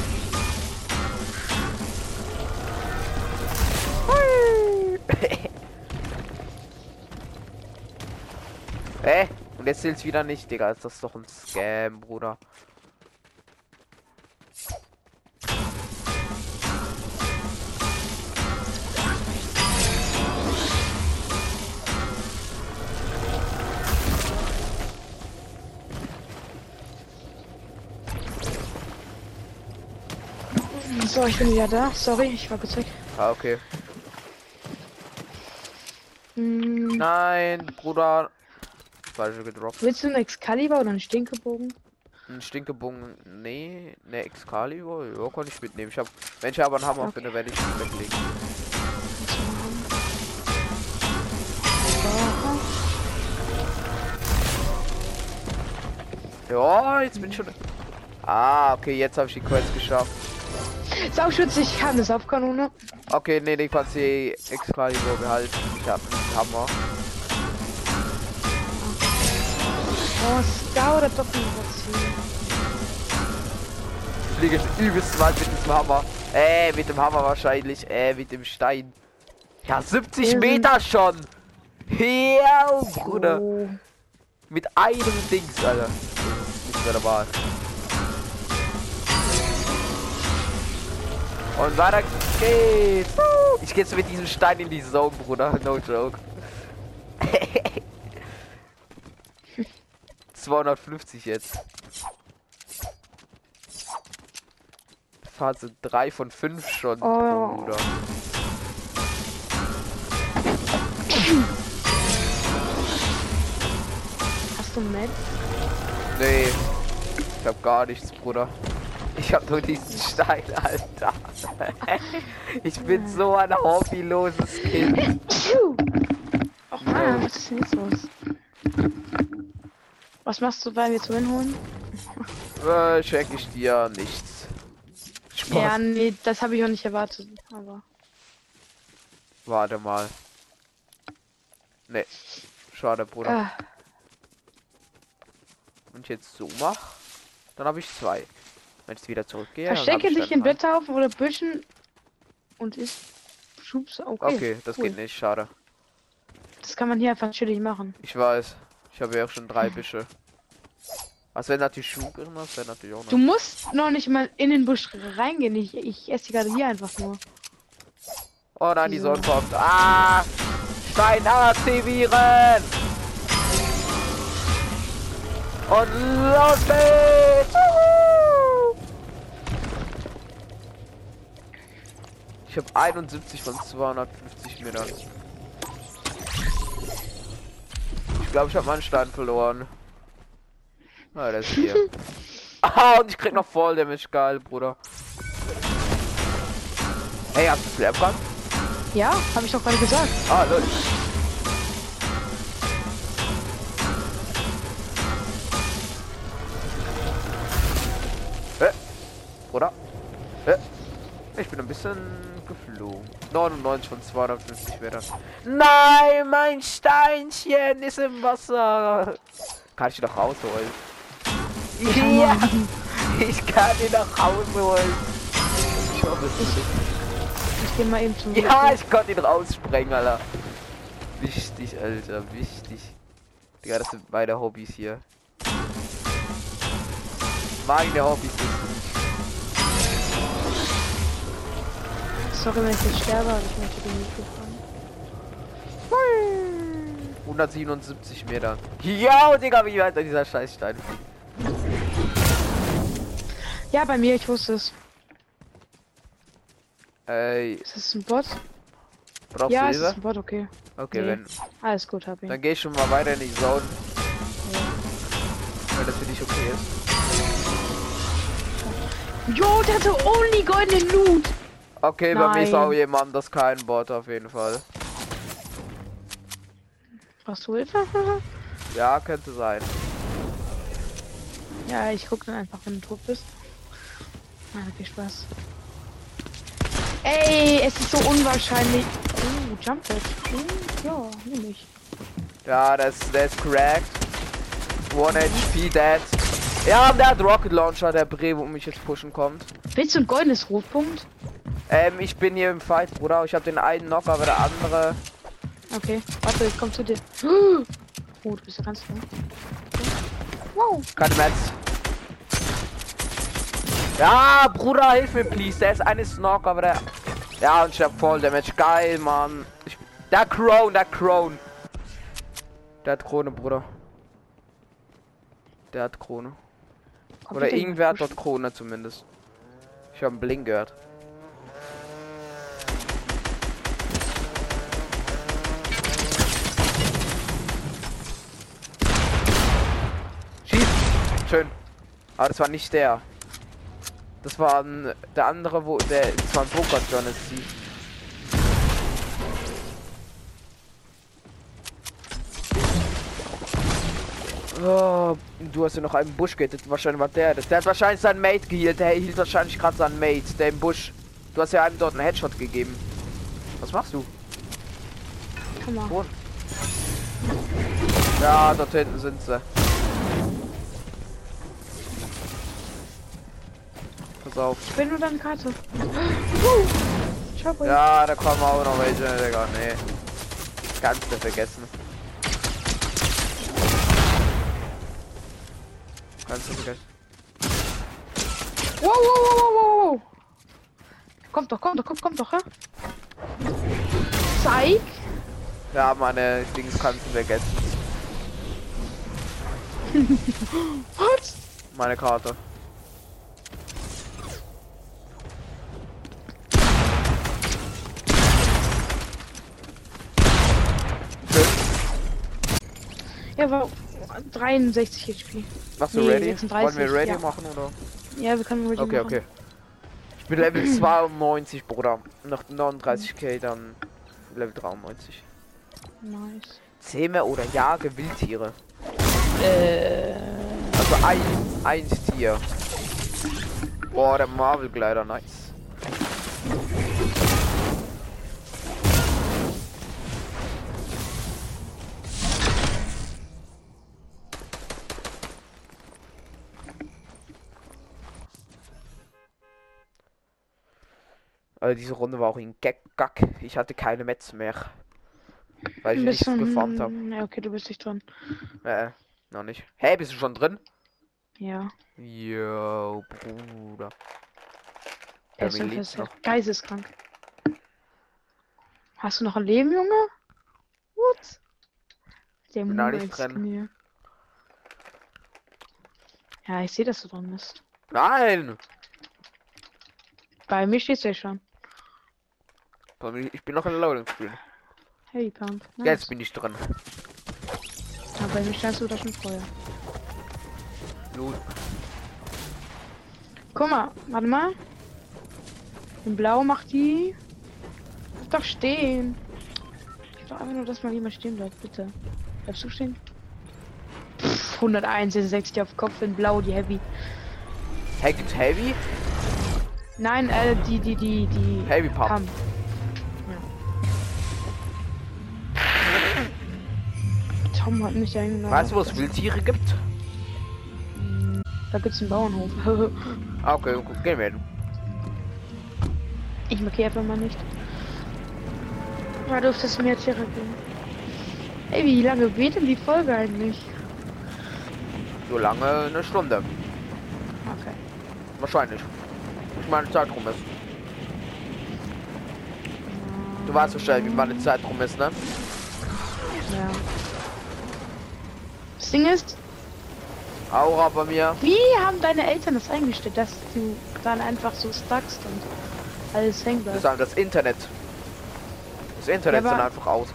Speaker 2: Hä? Und jetzt zählt's wieder nicht, Digga. Ist das doch ein Scam, Bruder.
Speaker 1: So, ich bin wieder da. Sorry, ich war kurz weg.
Speaker 2: Ah, okay.
Speaker 1: Hm,
Speaker 2: Nein, Bruder. Falsche gedroppt.
Speaker 1: willst du einen Excalibur oder einen Stinkebogen?
Speaker 2: Ein Stinkebogen. Nee, ne Excalibur. Ja, kann ich mitnehmen. Ich hab. Wenn ich aber einen Hammer finde, werde ich ihn weglegen. Ja, jetzt bin ich schon. Ah, okay, jetzt habe ich die Quest geschafft.
Speaker 1: Sauschutz, ich kann eine Saufkanone.
Speaker 2: Okay, nee, nee, ich kannst die Excalibur behalten. Ich hab einen Hammer.
Speaker 1: Oh, Scar oder Doppelmotion?
Speaker 2: Ich fliege jetzt übelst weit mit diesem Hammer. Äh, mit dem Hammer wahrscheinlich. Äh, mit dem Stein. Ja, 70
Speaker 1: Mhm.
Speaker 2: Meter schon. Ja, Bruder.
Speaker 1: Oh.
Speaker 2: Mit einem Dings, Alter. Nicht mehr normal. Und weiter geht's. Woo! Ich geh jetzt mit diesem Stein in die Zone, Bruder. No joke. 250 jetzt. Phase 3 von 5 schon,
Speaker 1: Oh.
Speaker 2: Bruder.
Speaker 1: Hast du Mad?
Speaker 2: Nee. Ich hab gar nichts, Bruder. Ich hab nur diesen Stein, Alter. Ich bin so ein hobbyloses Kind.
Speaker 1: Och Mann, was ist denn jetzt los? Was machst du, weil wir zu holen?
Speaker 2: Äh, check ich dir nichts. Spaß.
Speaker 1: Ja, nee, das habe ich auch nicht erwartet. Aber
Speaker 2: Warte mal. Nee. Schade, Bruder.
Speaker 1: äh,
Speaker 2: Und jetzt so mach. Dann habe ich zwei. Wenn ich wieder zurückgehe. dann hab
Speaker 1: verstecke
Speaker 2: ich
Speaker 1: dich
Speaker 2: dann
Speaker 1: in Blätterhaufen oder Büschen und isst Schubs. Okay,
Speaker 2: einen. Okay, das
Speaker 1: cool.
Speaker 2: geht nicht. Schade.
Speaker 1: Das kann man hier einfach chillig machen.
Speaker 2: Ich weiß. Ich habe ja auch schon drei Büsche. Was wäre natürlich Schub drin? Das wäre natürlich auch
Speaker 1: Du
Speaker 2: noch.
Speaker 1: musst noch nicht mal in den Busch reingehen. Ich, ich esse die gerade hier einfach nur.
Speaker 2: Oh nein, die Sonne kommt. Ah! Stein aktivieren! Und los geht's! Juhu! Ich habe 71 von 250 Metern. Ich glaube, ich habe meinen Stein verloren. Ah, das hier. ah, und ich krieg noch Fall Damage. Geil, Bruder. Hey, hast du Slap gehabt?
Speaker 1: Ja, habe ich doch gerade gesagt.
Speaker 2: Ah, lol. Äh, oder? Äh, ich bin ein bisschen geflogen. 99 von 250 Metern. Nein, mein Steinchen ist im Wasser. Kann ich ihn noch rausholen? Ja, ich kann ihn noch rausholen. Ich hoffe, es ist
Speaker 1: Ich gehe mal eben zum
Speaker 2: ja, ich konnte ihn raussprengen, Alter. Wichtig, Alter, wichtig. Digga, das sind meine Hobbys hier. Meine Hobbys sind
Speaker 1: Sorry, wenn ich jetzt sterbe, aber ich möchte den nicht gefahren.
Speaker 2: 177 Meter. Ja, Digga, wie weit soll dieser Scheißstein fliegt.
Speaker 1: Ja, bei mir, ich wusste es.
Speaker 2: Ey,
Speaker 1: Ist das ein Bot?
Speaker 2: brauchst
Speaker 1: ja,
Speaker 2: du
Speaker 1: es ist
Speaker 2: Hilfe?
Speaker 1: ein Bot, okay.
Speaker 2: Okay,
Speaker 1: nee.
Speaker 2: wenn.
Speaker 1: Alles gut, hab ihn.
Speaker 2: Dann geh ich schon mal weiter in die Zone. Wenn das für dich okay ist.
Speaker 1: Jo, der hatte only goldenen Loot.
Speaker 2: Okay, bei mir ist
Speaker 1: Nein.
Speaker 2: auch jemand, das kein Bot auf jeden Fall.
Speaker 1: Brauchst du Hilfe?
Speaker 2: Ja, könnte sein.
Speaker 1: Ja, ich guck dann einfach, wenn du tot bist. Na, viel Spaß. Ey, es ist so unwahrscheinlich. Oh, Jump Pad. Oh, ja, nehme ich.
Speaker 2: Ja, das, das ist cracked. One HP dead. Ja, der hat Rocket Launcher, der Brevo, um mich jetzt pushen kommt.
Speaker 1: Willst du ein goldenes Rotpunkt?
Speaker 2: Ähm, ich bin hier im Fight, Bruder. Ich habe den einen noch, aber der andere.
Speaker 1: Okay, warte, ich komm zu dir. Oh, du bist ja ganz nah. Wow.
Speaker 2: Kein Metz. Ja, Bruder, hilf mir, please. Der ist eine Snog, aber der. Ja, und ich hab voll Damage. Geil, Mann. Ich... Der Crown, der Crown. Der hat Krone, Bruder. Der hat Krone.
Speaker 1: Komm
Speaker 2: Oder
Speaker 1: bitte mal
Speaker 2: irgendwer hat
Speaker 1: pushen.
Speaker 2: dort Krone zumindest. Ich habe einen Bling gehört. Schieß! Schön. Aber das war nicht der. Das war ein, der andere, wo der das war ein Poker Jonesy. Oh, du hast ja noch einen Busch gehittet. Wahrscheinlich war der das. Der hat wahrscheinlich seinen Mate geheilt. Der hielt wahrscheinlich gerade seinen Mate, der im Busch. Du hast ja einem dort einen Headshot gegeben. Was machst du?
Speaker 1: Komm mal.
Speaker 2: Wo? Ja, dort hinten sind sie. Pass auf.
Speaker 1: Ich will nur deine Karte. Ciao, Boy.
Speaker 2: Ja, da kommen auch noch welche, Digga. Nee. Ganz vergessen. Ganz vergessen.
Speaker 1: Wow, wow, wow, wow, wow, wow. Kommt doch, kommt doch, kommt, kommt doch, hä? Zeig.
Speaker 2: Ja, meine Dings kannst du vergessen.
Speaker 1: Was?
Speaker 2: Meine Karte. Schön.
Speaker 1: Ja, war 63 HP.
Speaker 2: Machst du
Speaker 1: Nee,
Speaker 2: ready?
Speaker 1: 36,
Speaker 2: Wollen wir ready
Speaker 1: ja.
Speaker 2: machen oder?
Speaker 1: Ja, wir können ready
Speaker 2: Okay,
Speaker 1: machen.
Speaker 2: okay. Ich bin Level 92, Bruder. Nach 39k dann Level 93.
Speaker 1: Nice.
Speaker 2: Zähme oder jage Wildtiere. Also ein, ein Tier. Boah, der Marvel Glider, nice. Also diese Runde war auch ein Gag-Gack. Ich hatte keine Metz mehr. Weil ich nichts gefarmt habe.
Speaker 1: Ja, okay, du bist nicht dran.
Speaker 2: Äh, noch nicht. Hey, bist du schon drin?
Speaker 1: Ja.
Speaker 2: Yo, Bruder. Ja,
Speaker 1: Er
Speaker 2: mir
Speaker 1: ist
Speaker 2: liegt's
Speaker 1: ist
Speaker 2: noch.
Speaker 1: geisteskrank. Hast du noch ein Leben, Junge? What? Der
Speaker 2: Bin da nicht
Speaker 1: Moritz
Speaker 2: drin.
Speaker 1: Knie. Ja, ich sehe, dass du dran bist.
Speaker 2: Nein!
Speaker 1: Bei mir stehst du ja schon.
Speaker 2: Bei mir- Ich bin noch in der Loading Screen.
Speaker 1: Hey, Pump.
Speaker 2: Jetzt bin ich drin.
Speaker 1: Ja, bei mir standst du da schon vorher.
Speaker 2: Los.
Speaker 1: Guck mal, warte mal. In Blau macht die. Bleib doch stehen. Ich doch einfach nur, dass mal jemand stehen bleibt, bitte. Bleibst du stehen? Pff, 101, jetzt sechs die auf Kopf in Blau, die Heavy.
Speaker 2: Hey, gibt's Heavy?
Speaker 1: Nein, äh, die, die, die, die.
Speaker 2: Heavy Pump.
Speaker 1: Pump. Tom hat mich eingenommen.
Speaker 2: Weißt du, wo es Wildtiere gibt?
Speaker 1: Da gibt's einen Bauernhof.
Speaker 2: Ah, okay, gut, gehen wir hin.
Speaker 1: ich markiere einfach mal nicht. Da dürfte es mir jetzt hier geben. Ey, wie lange geht denn die Folge eigentlich?
Speaker 2: So lange eine Stunde.
Speaker 1: Okay.
Speaker 2: Wahrscheinlich. Ich meine Zeit rum ist. Du weißt wahrscheinlich, wie meine Zeit rum ist, ne?
Speaker 1: Ja. Das Ding ist,
Speaker 2: Aura bei mir.
Speaker 1: wie haben deine Eltern das eingestellt, dass du dann einfach so stuckst und alles hängen
Speaker 2: Das ist
Speaker 1: bleibt?
Speaker 2: einfach das Internet. Das Internet
Speaker 1: Ja,
Speaker 2: dann
Speaker 1: aber-
Speaker 2: einfach aus.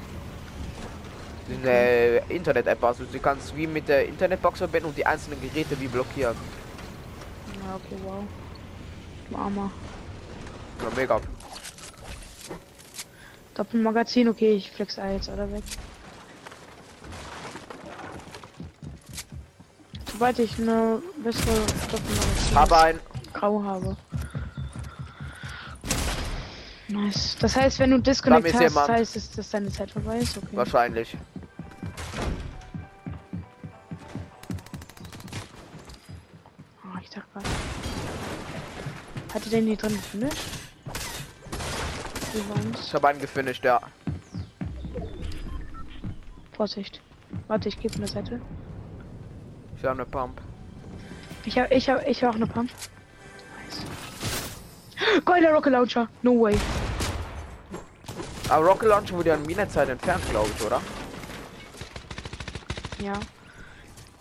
Speaker 2: Das ist Eine Internet-App, also du kannst wie mit der Internetbox verbinden und die einzelnen Geräte wie blockieren.
Speaker 1: Ja, okay, wow. Du Armer.
Speaker 2: Ja, mega.
Speaker 1: Doppelmagazin, okay, ich flex A jetzt alle weg. Sobald ich eine bessere Doppelmagazin
Speaker 2: Hab ein.
Speaker 1: grau habe. Nice. Das heißt, wenn du
Speaker 2: Da
Speaker 1: Disconnect
Speaker 2: ist
Speaker 1: hast,
Speaker 2: jemand.
Speaker 1: heißt es, dass deine Zeit vorbei ist. Okay.
Speaker 2: Wahrscheinlich.
Speaker 1: Oh, ich dachte gerade. Hatte den hier drin gefinisht? Wie war's?
Speaker 2: Ich habe einen gefinisht, ja.
Speaker 1: Vorsicht. Warte, ich gehe von der Seite.
Speaker 2: Ich habe eine Pump.
Speaker 1: Ich hab, ich hab, ich hab auch eine Pump. Nice. Golder Rocket Launcher. No way.
Speaker 2: Aber Rocket Launcher wurde ja in Minezeit entfernt, glaube ich, oder?
Speaker 1: Ja.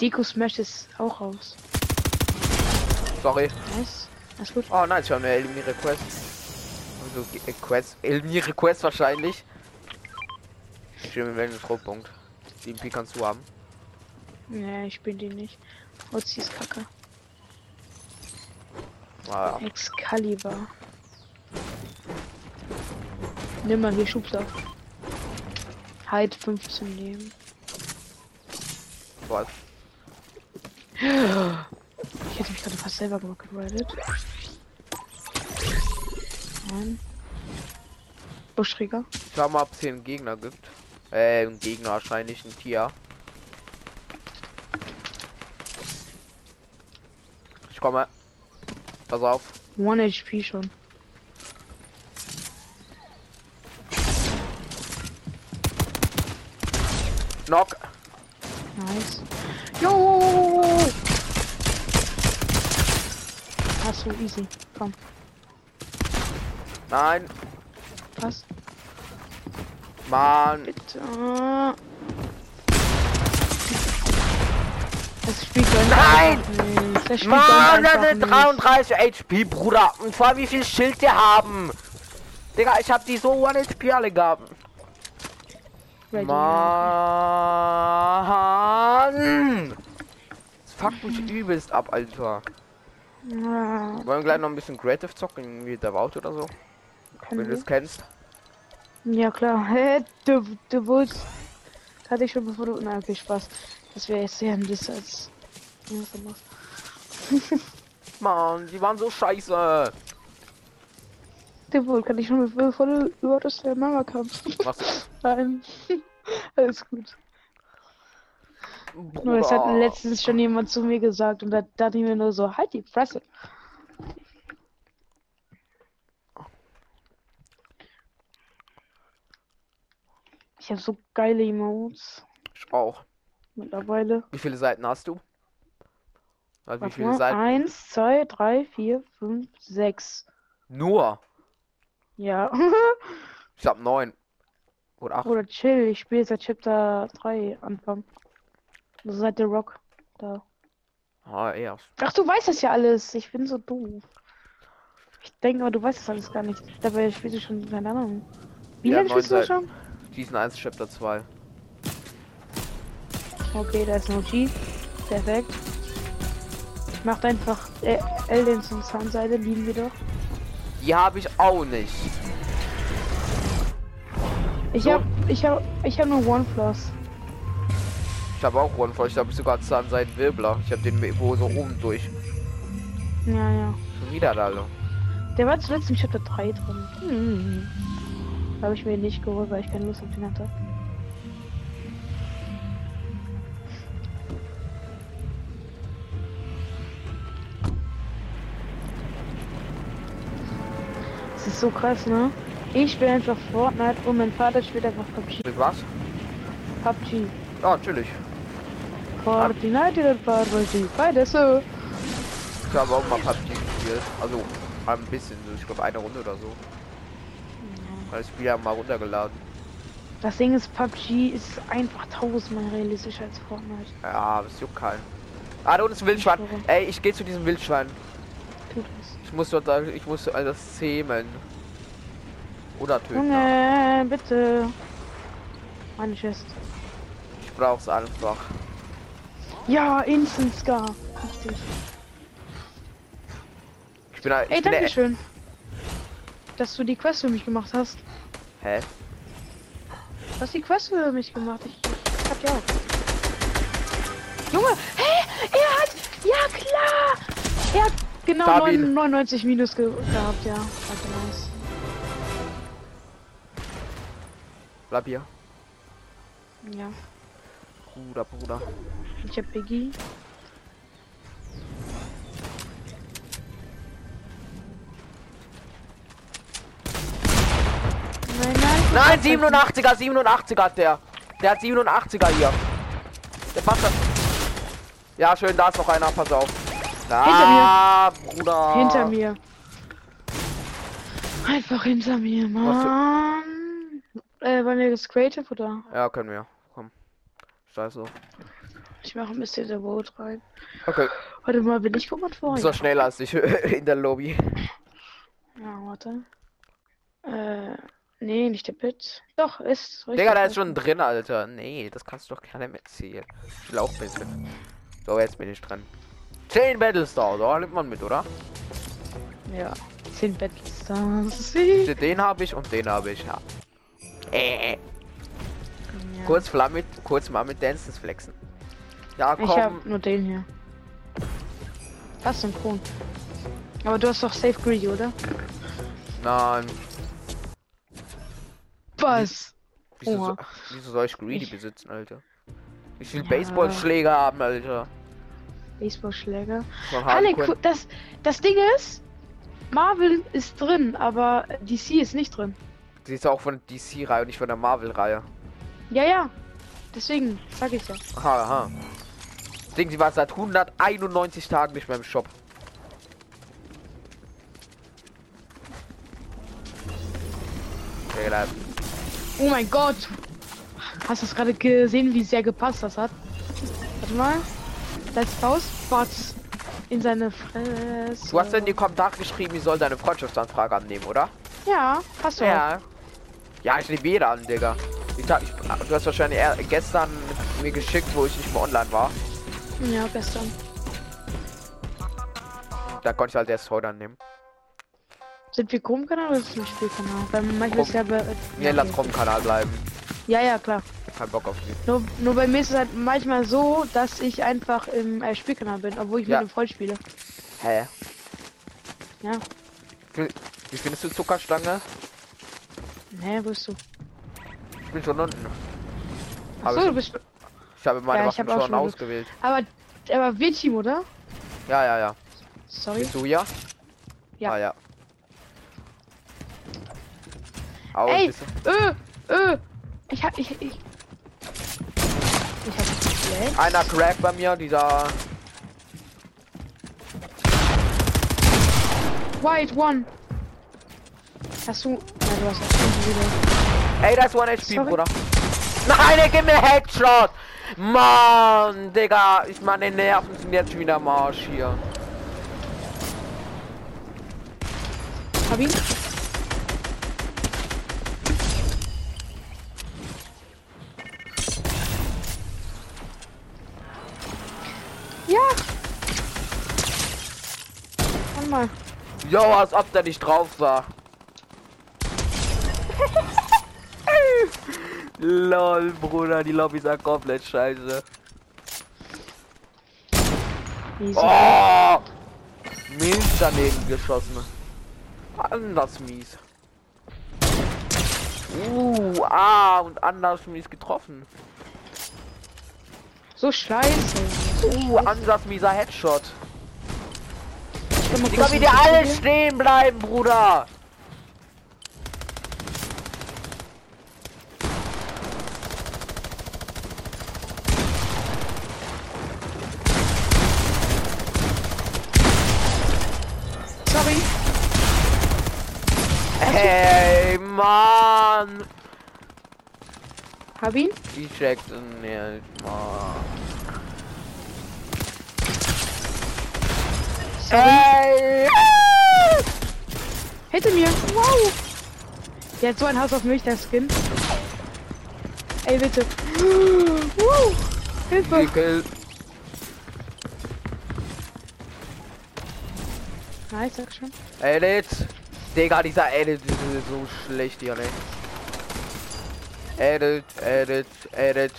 Speaker 1: Deko Smash ist auch raus.
Speaker 2: Sorry.
Speaker 1: Nice. Alles gut.
Speaker 2: Oh nein, ich habe eine Elmire Quest. Also äh, Quest. Elmire Quest wahrscheinlich. Ich bin im welchen Druckpunkt. Die MP kannst du haben.
Speaker 1: Nee, ich bin die nicht. Ozi ist kacke.
Speaker 2: Ah, ja.
Speaker 1: Excalibur. Nimm mal hier Schubser. Halt 15 nehmen.
Speaker 2: Was?
Speaker 1: Ich hätte mich gerade fast selber geredet. Nein. Buschräger.
Speaker 2: Ich schau mal, ob es hier einen Gegner gibt. Äh, einen Gegner wahrscheinlich, ein Tier. Ich komme. Pass auf.
Speaker 1: 1 HP schon.
Speaker 2: Knock.
Speaker 1: Nice. Jo! Ach so, easy. Komm,
Speaker 2: Nein.
Speaker 1: pass.
Speaker 2: Mann.
Speaker 1: Bitte. Das spielt doch
Speaker 2: Nein!
Speaker 1: einfach nicht. Das spielt
Speaker 2: Mann,
Speaker 1: doch
Speaker 2: der
Speaker 1: einfach
Speaker 2: hat
Speaker 1: nicht.
Speaker 2: 33 HP, Bruder. Und vor allem, wie viel Schild die haben. Digga, ich hab die so 1 HP alle gehabt.
Speaker 1: Ready,
Speaker 2: Mann. Das fuckt mich übelst ab, Alter.
Speaker 1: ja. Ah,
Speaker 2: Wollen wir gleich noch ein bisschen Creative zocken, wie der Wout oder so? Wenn
Speaker 1: können
Speaker 2: du es
Speaker 1: wir?
Speaker 2: kennst.
Speaker 1: Ja klar. Hä? Du, du wolltest. Das hatte ich schon bevor du. Na okay, Spaß. Das wäre jetzt sehr anders als. irgendwas anderes.
Speaker 2: Mann, die waren so scheiße.
Speaker 1: Du wohl, kann ich schon bevor du überhaupt aus der Mama kamst.
Speaker 2: Was?
Speaker 1: Nein. Alles gut. Nur das hat
Speaker 2: Bruder.
Speaker 1: letztens schon jemand zu mir gesagt und da dachte ich mir nur so, halt die Fresse. Ich habe so geile Emotes
Speaker 2: Ich auch.
Speaker 1: mittlerweile.
Speaker 2: Wie viele Seiten hast du? Also wie
Speaker 1: Warte
Speaker 2: viele
Speaker 1: mal.
Speaker 2: Seiten?
Speaker 1: Eins, zwei, drei, vier, fünf, sechs.
Speaker 2: Nur.
Speaker 1: Ja.
Speaker 2: Ich hab neun. Oder acht.
Speaker 1: Oder chill, ich spiele seit Chapter 3 Anfang. Also seit der Rock da.
Speaker 2: Ah, ja.
Speaker 1: Ach, du weißt das ja alles. Ich bin so doof. Ich denke aber, du weißt das alles gar nicht. Dabei spielst du schon, keine Ahnung. Wie
Speaker 2: Ja,
Speaker 1: lange spielst du
Speaker 2: neun
Speaker 1: das schon?
Speaker 2: Season 1, Chapter 2.
Speaker 1: Okay, da ist ein OG. Perfekt. Macht einfach äh, Elden zum Zahnseide, lieben wir doch.
Speaker 2: Die habe ich auch nicht.
Speaker 1: Ich
Speaker 2: So.
Speaker 1: hab, ich hab, ich hab nur One Plus.
Speaker 2: Ich habe auch One Fall. Ich habe sogar Zahnseiten Wirbler. Ich habe den wo so oben durch.
Speaker 1: Ja, ja.
Speaker 2: Schon wieder da. so.
Speaker 1: Der war zuletzt im Chapter 3 drin. Hm. Habe ich mir nicht geholt, weil ich keine Lust auf den hatte. Das ist so krass, ne? Ich spiele einfach Fortnite und mein Vater spielt einfach PUBG.
Speaker 2: Mit was?
Speaker 1: PUBG.
Speaker 2: Ja, natürlich.
Speaker 1: Fortnite oder PUBG? Beides so.
Speaker 2: Ich habe auch mal PUBG gespielt. Also ein bisschen. So. Ich glaube eine Runde oder so. Weil das Spiel ja mal runtergeladen.
Speaker 1: Das Ding ist, PUBG ist einfach tausendmal realistischer als Fortnite.
Speaker 2: Ja, aber es juckt keinen. Ah, da unten ist ein Wildschwein. Ey, ich gehe zu diesem Wildschwein.
Speaker 1: Tut es.
Speaker 2: Ich muss dort, ich muss äh, das zähmen. Oder töten.
Speaker 1: Junge, bitte. Meine Chest.
Speaker 2: Ich brauch's einfach.
Speaker 1: Ja, Instant Scar. Richtig.
Speaker 2: Ich bin halt. Ich
Speaker 1: Ey,
Speaker 2: bin
Speaker 1: danke schön. Dass du die Quest für mich gemacht hast.
Speaker 2: Hä?
Speaker 1: Du hast die Quest für mich gemacht. Ich, ich hab ja auch. Junge, hä? Er hat Er hat genau
Speaker 2: Stabil.
Speaker 1: 9, 99 Minus ge gehabt, ja. Also nice.
Speaker 2: Bleib hier.
Speaker 1: Ja.
Speaker 2: Bruder, Bruder.
Speaker 1: Ich hab Biggie. Nein, nein.
Speaker 2: Nein, 87er, 87er hat der. Der hat 87er hier. Der passt das. Ja, schön, da ist noch einer, pass auf. Da, Bruder.
Speaker 1: Hinter mir. Einfach hinter mir,
Speaker 2: Warte.
Speaker 1: Mann. Äh, wollen wir das Creative oder?
Speaker 2: Ja, können wir. Komm. Scheiße.
Speaker 1: Ich mache ein bisschen der Boot rein.
Speaker 2: Okay,
Speaker 1: Warte mal, bin ich guck vorhin?
Speaker 2: so schneller als ich in der Lobby.
Speaker 1: Ja, warte. Äh, nee, nicht der Pit. Doch, ist richtig.
Speaker 2: Digga, da ist schon drin, Alter. Nee, das kannst du doch gerne mitziehen. Schlauchbändel. So, jetzt bin ich dran. 10 Battlestars, da nimmt man mit, oder?
Speaker 1: Ja. 10 Battlestars. ja.
Speaker 2: Also Den habe ich und den habe ich, ja. Äh. Kurz Flamme, kurz mal mit Dances flexen. Ja,
Speaker 1: Ich
Speaker 2: komm.
Speaker 1: hab nur den hier. Was synchron. Aber du hast doch Safe Greedy, oder?
Speaker 2: Nein.
Speaker 1: Was?
Speaker 2: Wieso, so,
Speaker 1: Oha.
Speaker 2: wieso soll ich Greedy
Speaker 1: Ich-
Speaker 2: besitzen, Alter? Ich will
Speaker 1: Ja.
Speaker 2: Baseballschläger haben, Alter.
Speaker 1: Baseballschläger.
Speaker 2: Von
Speaker 1: Alle,
Speaker 2: Harley Quinn.
Speaker 1: gu- das, das Ding ist, Marvel ist drin, aber DC ist nicht drin.
Speaker 2: Sie ist auch von DC-Reihe und nicht von der Marvel-Reihe.
Speaker 1: Ja, ja. Deswegen sag ich ja.
Speaker 2: Aha, aha. Ding, sie war seit 191 Tagen nicht mehr im Shop. Digga,
Speaker 1: Oh mein Gott. Hast du das gerade gesehen, wie sehr gepasst das hat? Warte mal. Das Faustbots in seine Fresse.
Speaker 2: Du hast in die Kommentare geschrieben, ich soll deine Freundschaftsanfrage annehmen, oder?
Speaker 1: Ja, passt doch.
Speaker 2: Ja, ich nehme jeder an, Digga. Ich hab, ich, du hast wahrscheinlich eher gestern mir geschickt, wo ich nicht mehr online war.
Speaker 1: Ja, gestern.
Speaker 2: Da konnte ich halt erst heute annehmen.
Speaker 1: Sind wir Chrome-Kanal oder ist das ein Spielkanal? Weil manchmal ist ja bei.
Speaker 2: Nee, lass vom Kanal bleiben.
Speaker 1: Ja, ja, klar.
Speaker 2: Kein Bock auf die.
Speaker 1: Nur, nur bei mir ist es halt manchmal so, dass ich einfach im äh, Spielkanal bin, obwohl ich
Speaker 2: Ja.
Speaker 1: mit einem Freund spiele.
Speaker 2: Hä?
Speaker 1: Ja.
Speaker 2: Wie findest du Zuckerstange?
Speaker 1: Hä, wo bist du?
Speaker 2: Ich bin schon unten.
Speaker 1: Achso,
Speaker 2: ich-
Speaker 1: du bist.
Speaker 2: Ich habe meine
Speaker 1: Ja, ich
Speaker 2: Waffen
Speaker 1: hab auch
Speaker 2: schon
Speaker 1: schon geguckt.
Speaker 2: ausgewählt.
Speaker 1: Aber, aber wir Team, oder?
Speaker 2: Ja, ja, ja.
Speaker 1: Sorry.
Speaker 2: Bist du hier?
Speaker 1: Ja.
Speaker 2: Ah, ja. Au,
Speaker 1: Ey!
Speaker 2: bist du-
Speaker 1: Ö, ö. Ich hab. Ich. Ich. Ich hab. Flex.
Speaker 2: Einer crackt bei mir, dieser.
Speaker 1: White One. Hast du. Ja, du hast auch schon wieder.
Speaker 2: Ey, das ist One HP,
Speaker 1: Sorry.
Speaker 2: Bruder. Nein, er gibt mir Headshot! Mann, Digga, ich meine Nerven sind jetzt wieder am Arsch hier.
Speaker 1: Hab ihn? Ja! Komm mal.
Speaker 2: Jo, als ob der nicht drauf war. Lol, Bruder, die Lobby ist ja komplett scheiße.
Speaker 1: Easy.
Speaker 2: Oh! Mies daneben geschossen. Anders mies. Uh, ah, und anders mies getroffen.
Speaker 1: So scheiße.
Speaker 2: Uh, anders mieser Headshot.
Speaker 1: Ich komm mal
Speaker 2: Digga,
Speaker 1: kurz
Speaker 2: wie
Speaker 1: in
Speaker 2: die
Speaker 1: die
Speaker 2: alle
Speaker 1: Küche.
Speaker 2: stehen bleiben, Bruder.
Speaker 1: Sorry.
Speaker 2: Hey, Mann.
Speaker 1: Hab ihn?
Speaker 2: Die checkt ihn nicht, Mann.
Speaker 1: Sorry.
Speaker 2: Hey.
Speaker 1: Hinter mir. Wow. Der hat so ein Hass auf mich, der Skin. Ey, bitte. Wow. Hilfe.
Speaker 2: Ekel.
Speaker 1: Nice, sag schon.
Speaker 2: Edit. Digga, dieser Edit ist so schlecht hier, ne? Edit, Edit, Edit.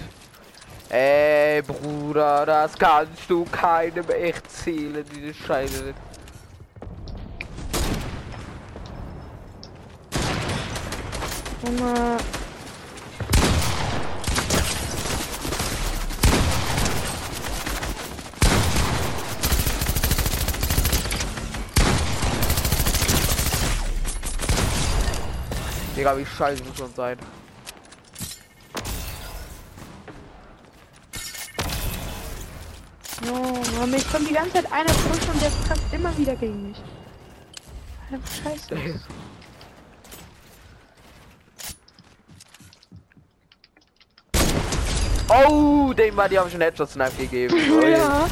Speaker 2: Ey, Bruder, das kannst du keinem echt zählen, diese Scheiße.
Speaker 1: Junge.
Speaker 2: Digga, wie scheiße muss man sein.
Speaker 1: Junge, mich Oh, kommt die ganze Zeit einer zurück und der trifft immer wieder gegen mich. Einfach scheiße.
Speaker 2: Oh, den war die haben schon Headshot Snipe gegeben.
Speaker 1: Ja.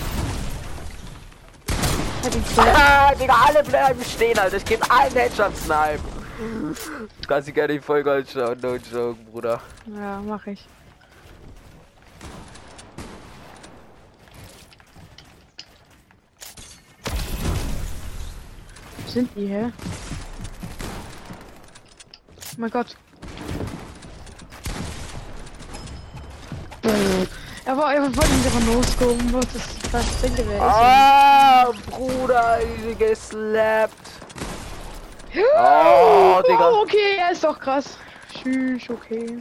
Speaker 1: Ich hab ihn voll-
Speaker 2: Ah, Digga, alle bleiben stehen, Alter. Ich gebe allen Headshot Snipe. Du kannst dich gerne die Folge anschauen, no joke, Bruder.
Speaker 1: Ja, mach ich. Wo Sind die, hä? Oh mein Gott. Äh, Er war einfach voll in der Nosgum, was ist das Ding gewesen?
Speaker 2: Ah, Bruder, easy geslappt. Oh, Digga.
Speaker 1: Oh, okay, er ist doch krass. Tschüss, okay.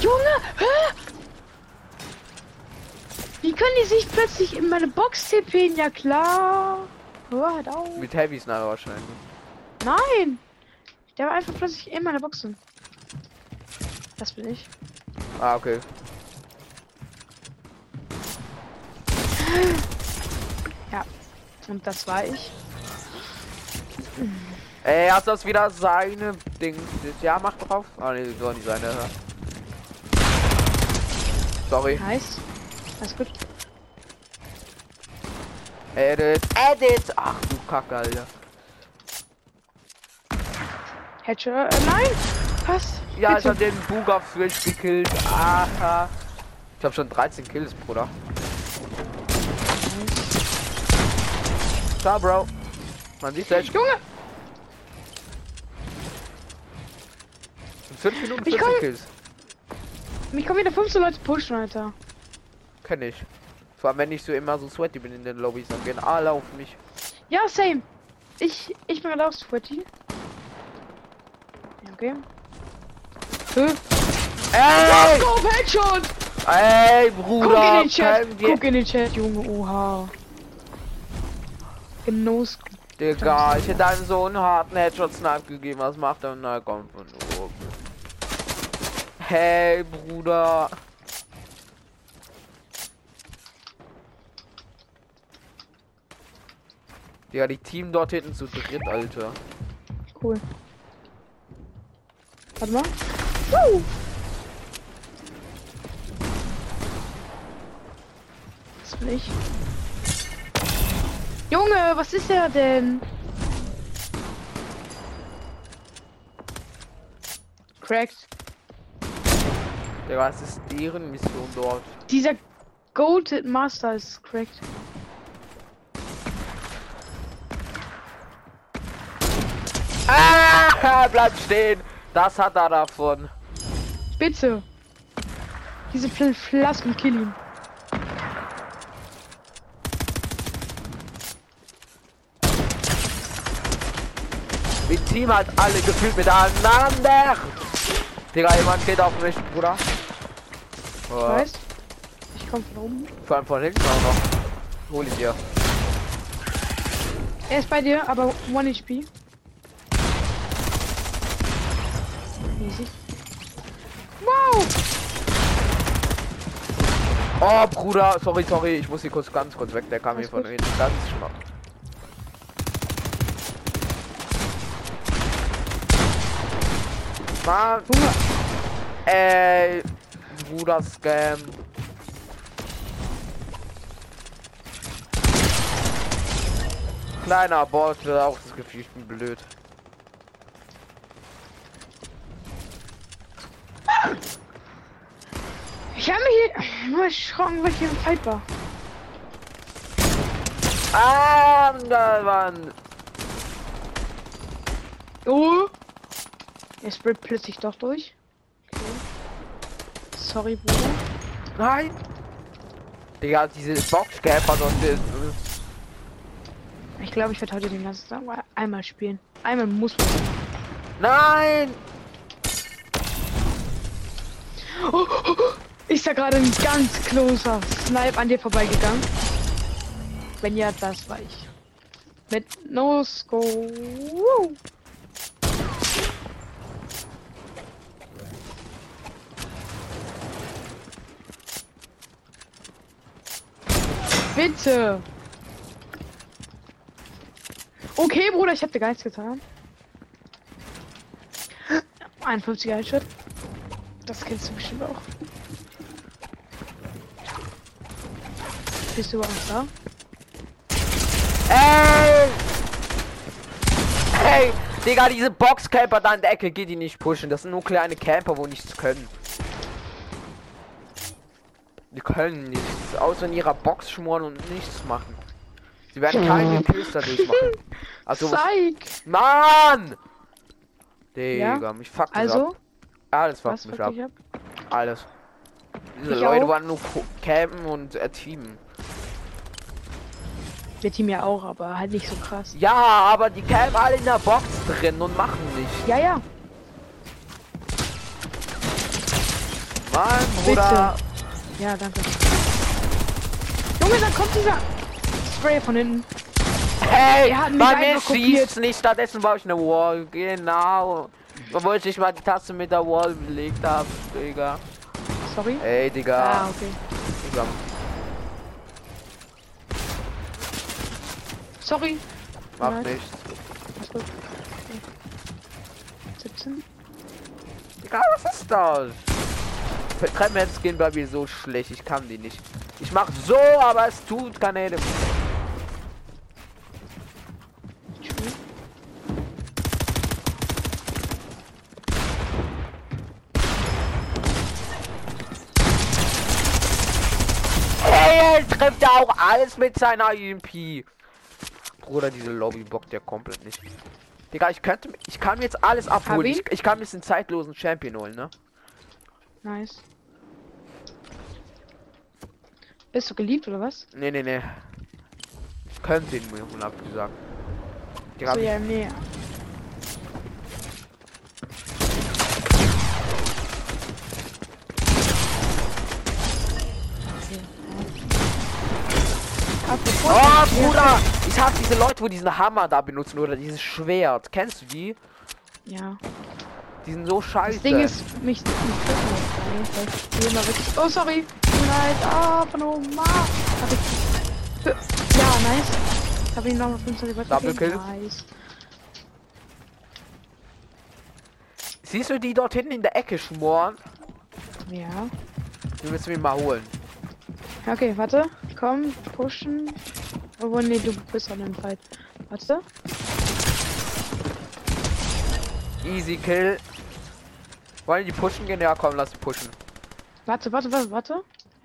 Speaker 1: Junge! Hä? Wie können die sich plötzlich in meine Box tippen? Ja klar. Hör halt auf.
Speaker 2: Mit Heavy Sniper wahrscheinlich.
Speaker 1: Nein! Der war einfach plötzlich in meiner Box. drin. Das bin ich.
Speaker 2: Ah, okay.
Speaker 1: Und das war ich.
Speaker 2: Ey, hast du das wieder seine Ding? Ja, mach drauf. Ah, ne, soll nicht seine. ja. Sorry.
Speaker 1: Nice. Alles gut.
Speaker 2: Edit. Edit. Ach du Kacke, Alter.
Speaker 1: Hätte. Äh, nein! Was?
Speaker 2: Ja, ich
Speaker 1: Bitte.
Speaker 2: hab den Buga Switch gekillt. Aha. Ich hab schon 13 Kills, Bruder. Ciao, Bro. Man sieht selbst.
Speaker 1: Junge!
Speaker 2: In 5 Minuten
Speaker 1: Ich
Speaker 2: 14
Speaker 1: komm-
Speaker 2: Kills.
Speaker 1: Mich kommen wieder 15 Leute pushen, Alter.
Speaker 2: Kenn ich. Vor allem, wenn ich so immer so sweaty bin in den Lobbys, dann gehen alle auf mich.
Speaker 1: Ja, same. Ich, ich bin gerade auch sweaty. Ja, okay. Äh, Hä?
Speaker 2: Ey!
Speaker 1: Go, Headshot!
Speaker 2: Ey,
Speaker 1: Guck in
Speaker 2: Bruder!
Speaker 1: den Chat!
Speaker 2: Pam, die-
Speaker 1: Guck in den Chat, Junge, oha. Im Nose.
Speaker 2: Digga, ich hätte einem so einen harten Headshot-Snipe gegeben. Was macht er? Na komm von oben. Hey, Bruder. Digga, die Team dort hinten zu dritt, Alter.
Speaker 1: Cool. Warte mal. Woo! Das bin ich. Junge, was ist er denn? Cracked.
Speaker 2: Digga, was ist deren Mission dort?
Speaker 1: Dieser Goated Master ist cracked.
Speaker 2: Ah, bleib stehen. Das hat er davon.
Speaker 1: Bitte. Diese Fl Flasken kill ihn.
Speaker 2: Die Team hat alle gefühlt miteinander. Digga, jemand geht auf mich, Bruder.
Speaker 1: Ich
Speaker 2: Oh,
Speaker 1: weiß. Ich komme von oben.
Speaker 2: vor allem von hinten auch noch. Hol ihn dir.
Speaker 1: Er ist bei dir, aber 1 HP. Easy. Wow!
Speaker 2: Oh, Bruder, sorry, sorry, ich muss hier kurz ganz kurz weg. Der kam
Speaker 1: Alles
Speaker 2: hier von
Speaker 1: gut.
Speaker 2: hinten ganz schmal. Mann,
Speaker 1: Junge,
Speaker 2: ey, Bruder Scam. Kleiner Bot, auch das Gefühl, ich bin blöd.
Speaker 1: ich habe mich nur erschrocken, weil ich hier im Fight war.
Speaker 2: Ah, da waren.
Speaker 1: Oh! Er sprayt plötzlich doch durch. Okay. Sorry, Bruder.
Speaker 2: Nein! Digga, diese Boxcamper und äh,
Speaker 1: Ich glaube, ich werde heute den ganzen Tag mal einmal spielen. Einmal muss man.
Speaker 2: Nein!
Speaker 1: Oh, oh, oh. Ist da gerade ein ganz closer Snipe an dir vorbeigegangen? Wenn ja, das war ich. Mit No Scope. Bitte. Okay, Bruder, ich hab dir gar nichts getan. 51er Headshot. Das kennst du bestimmt auch. Bist du überhaupt da?
Speaker 2: Ey! Ey! Digga, diese Boxcamper da in der Ecke, geh die nicht pushen. Das sind nur kleine Camper, wo nichts können. Die können nichts, außer in ihrer Box schmoren und nichts machen. Sie werden keine Kills dadurch machen. Also,
Speaker 1: Zeig!
Speaker 2: Mann! Digga, mich fuckt das ab.
Speaker 1: Also,
Speaker 2: Alles fuckt
Speaker 1: was
Speaker 2: mich
Speaker 1: fuck
Speaker 2: ab.
Speaker 1: ich ab?
Speaker 2: Alles. Diese
Speaker 1: Ich
Speaker 2: Leute
Speaker 1: auch.
Speaker 2: waren nur po- campen und äh, teamen.
Speaker 1: Wir Team ja auch, aber halt nicht so krass.
Speaker 2: Ja, aber die campen alle in der Box drin und machen nichts.
Speaker 1: Ja, ja.
Speaker 2: Mann, Bruder.
Speaker 1: Ja, danke. Junge, da kommt dieser Spray von hinten.
Speaker 2: Hey,
Speaker 1: Er hat mich
Speaker 2: bei mir
Speaker 1: einfach kopiert.
Speaker 2: schießt's nicht, stattdessen baue ich eine Wall. Genau. Obwohl ich nicht mal die Taste mit der Wall belegt habe, Digga.
Speaker 1: Sorry.
Speaker 2: Ey,
Speaker 1: Ah,
Speaker 2: Digga.
Speaker 1: okay.
Speaker 2: Digga.
Speaker 1: Sorry.
Speaker 2: Mach
Speaker 1: Nein.
Speaker 2: nichts.
Speaker 1: Alles gut. Okay. 17.
Speaker 2: Digga, was ist das? Treppenhead Skin bei mir so schlecht. Ich kann die nicht. Ich mach so, aber es tut keine.
Speaker 1: Tschüss.
Speaker 2: Hey, er trifft ja auch alles mit seiner EMP. Bruder, diese Lobby bockt ja komplett nicht. Digga, ich könnte, ich kann mir jetzt alles abholen.
Speaker 1: ihn?
Speaker 2: Ich, ich kann mir jetzt einen zeitlosen Champion holen, ne?
Speaker 1: Nice. Bist du geliebt oder was?
Speaker 2: Nee, nee, nee. Ich könnte ihn mir holen, abgesagt. Digga,
Speaker 1: So,
Speaker 2: ich,
Speaker 1: ja, nee.
Speaker 2: oh, Bruder! Ich hab diese Leute, wo diesen Hammer da benutzen oder dieses Schwert. Kennst du die?
Speaker 1: Ja.
Speaker 2: Die sind so scheiße.
Speaker 1: Das Ding ist, mich. mich trifft nicht, weil ich gehe immer wirklich- Oh, sorry. Nein, ah, von oben. Ah. Hab ich. Ja, nice. Hab ihn nochmal 25 Watt
Speaker 2: Double
Speaker 1: gegeben.
Speaker 2: kill.
Speaker 1: Nice.
Speaker 2: Siehst du die dort hinten in der Ecke schmoren?
Speaker 1: Ja.
Speaker 2: Die müssen wir mal holen.
Speaker 1: Okay, warte. Komm, pushen. Oh, nee, du bist an dem Fight. Warte.
Speaker 2: Easy Kill. Wollen die pushen gehen? Ja, komm, lass die pushen.
Speaker 1: Warte, warte, warte, warte.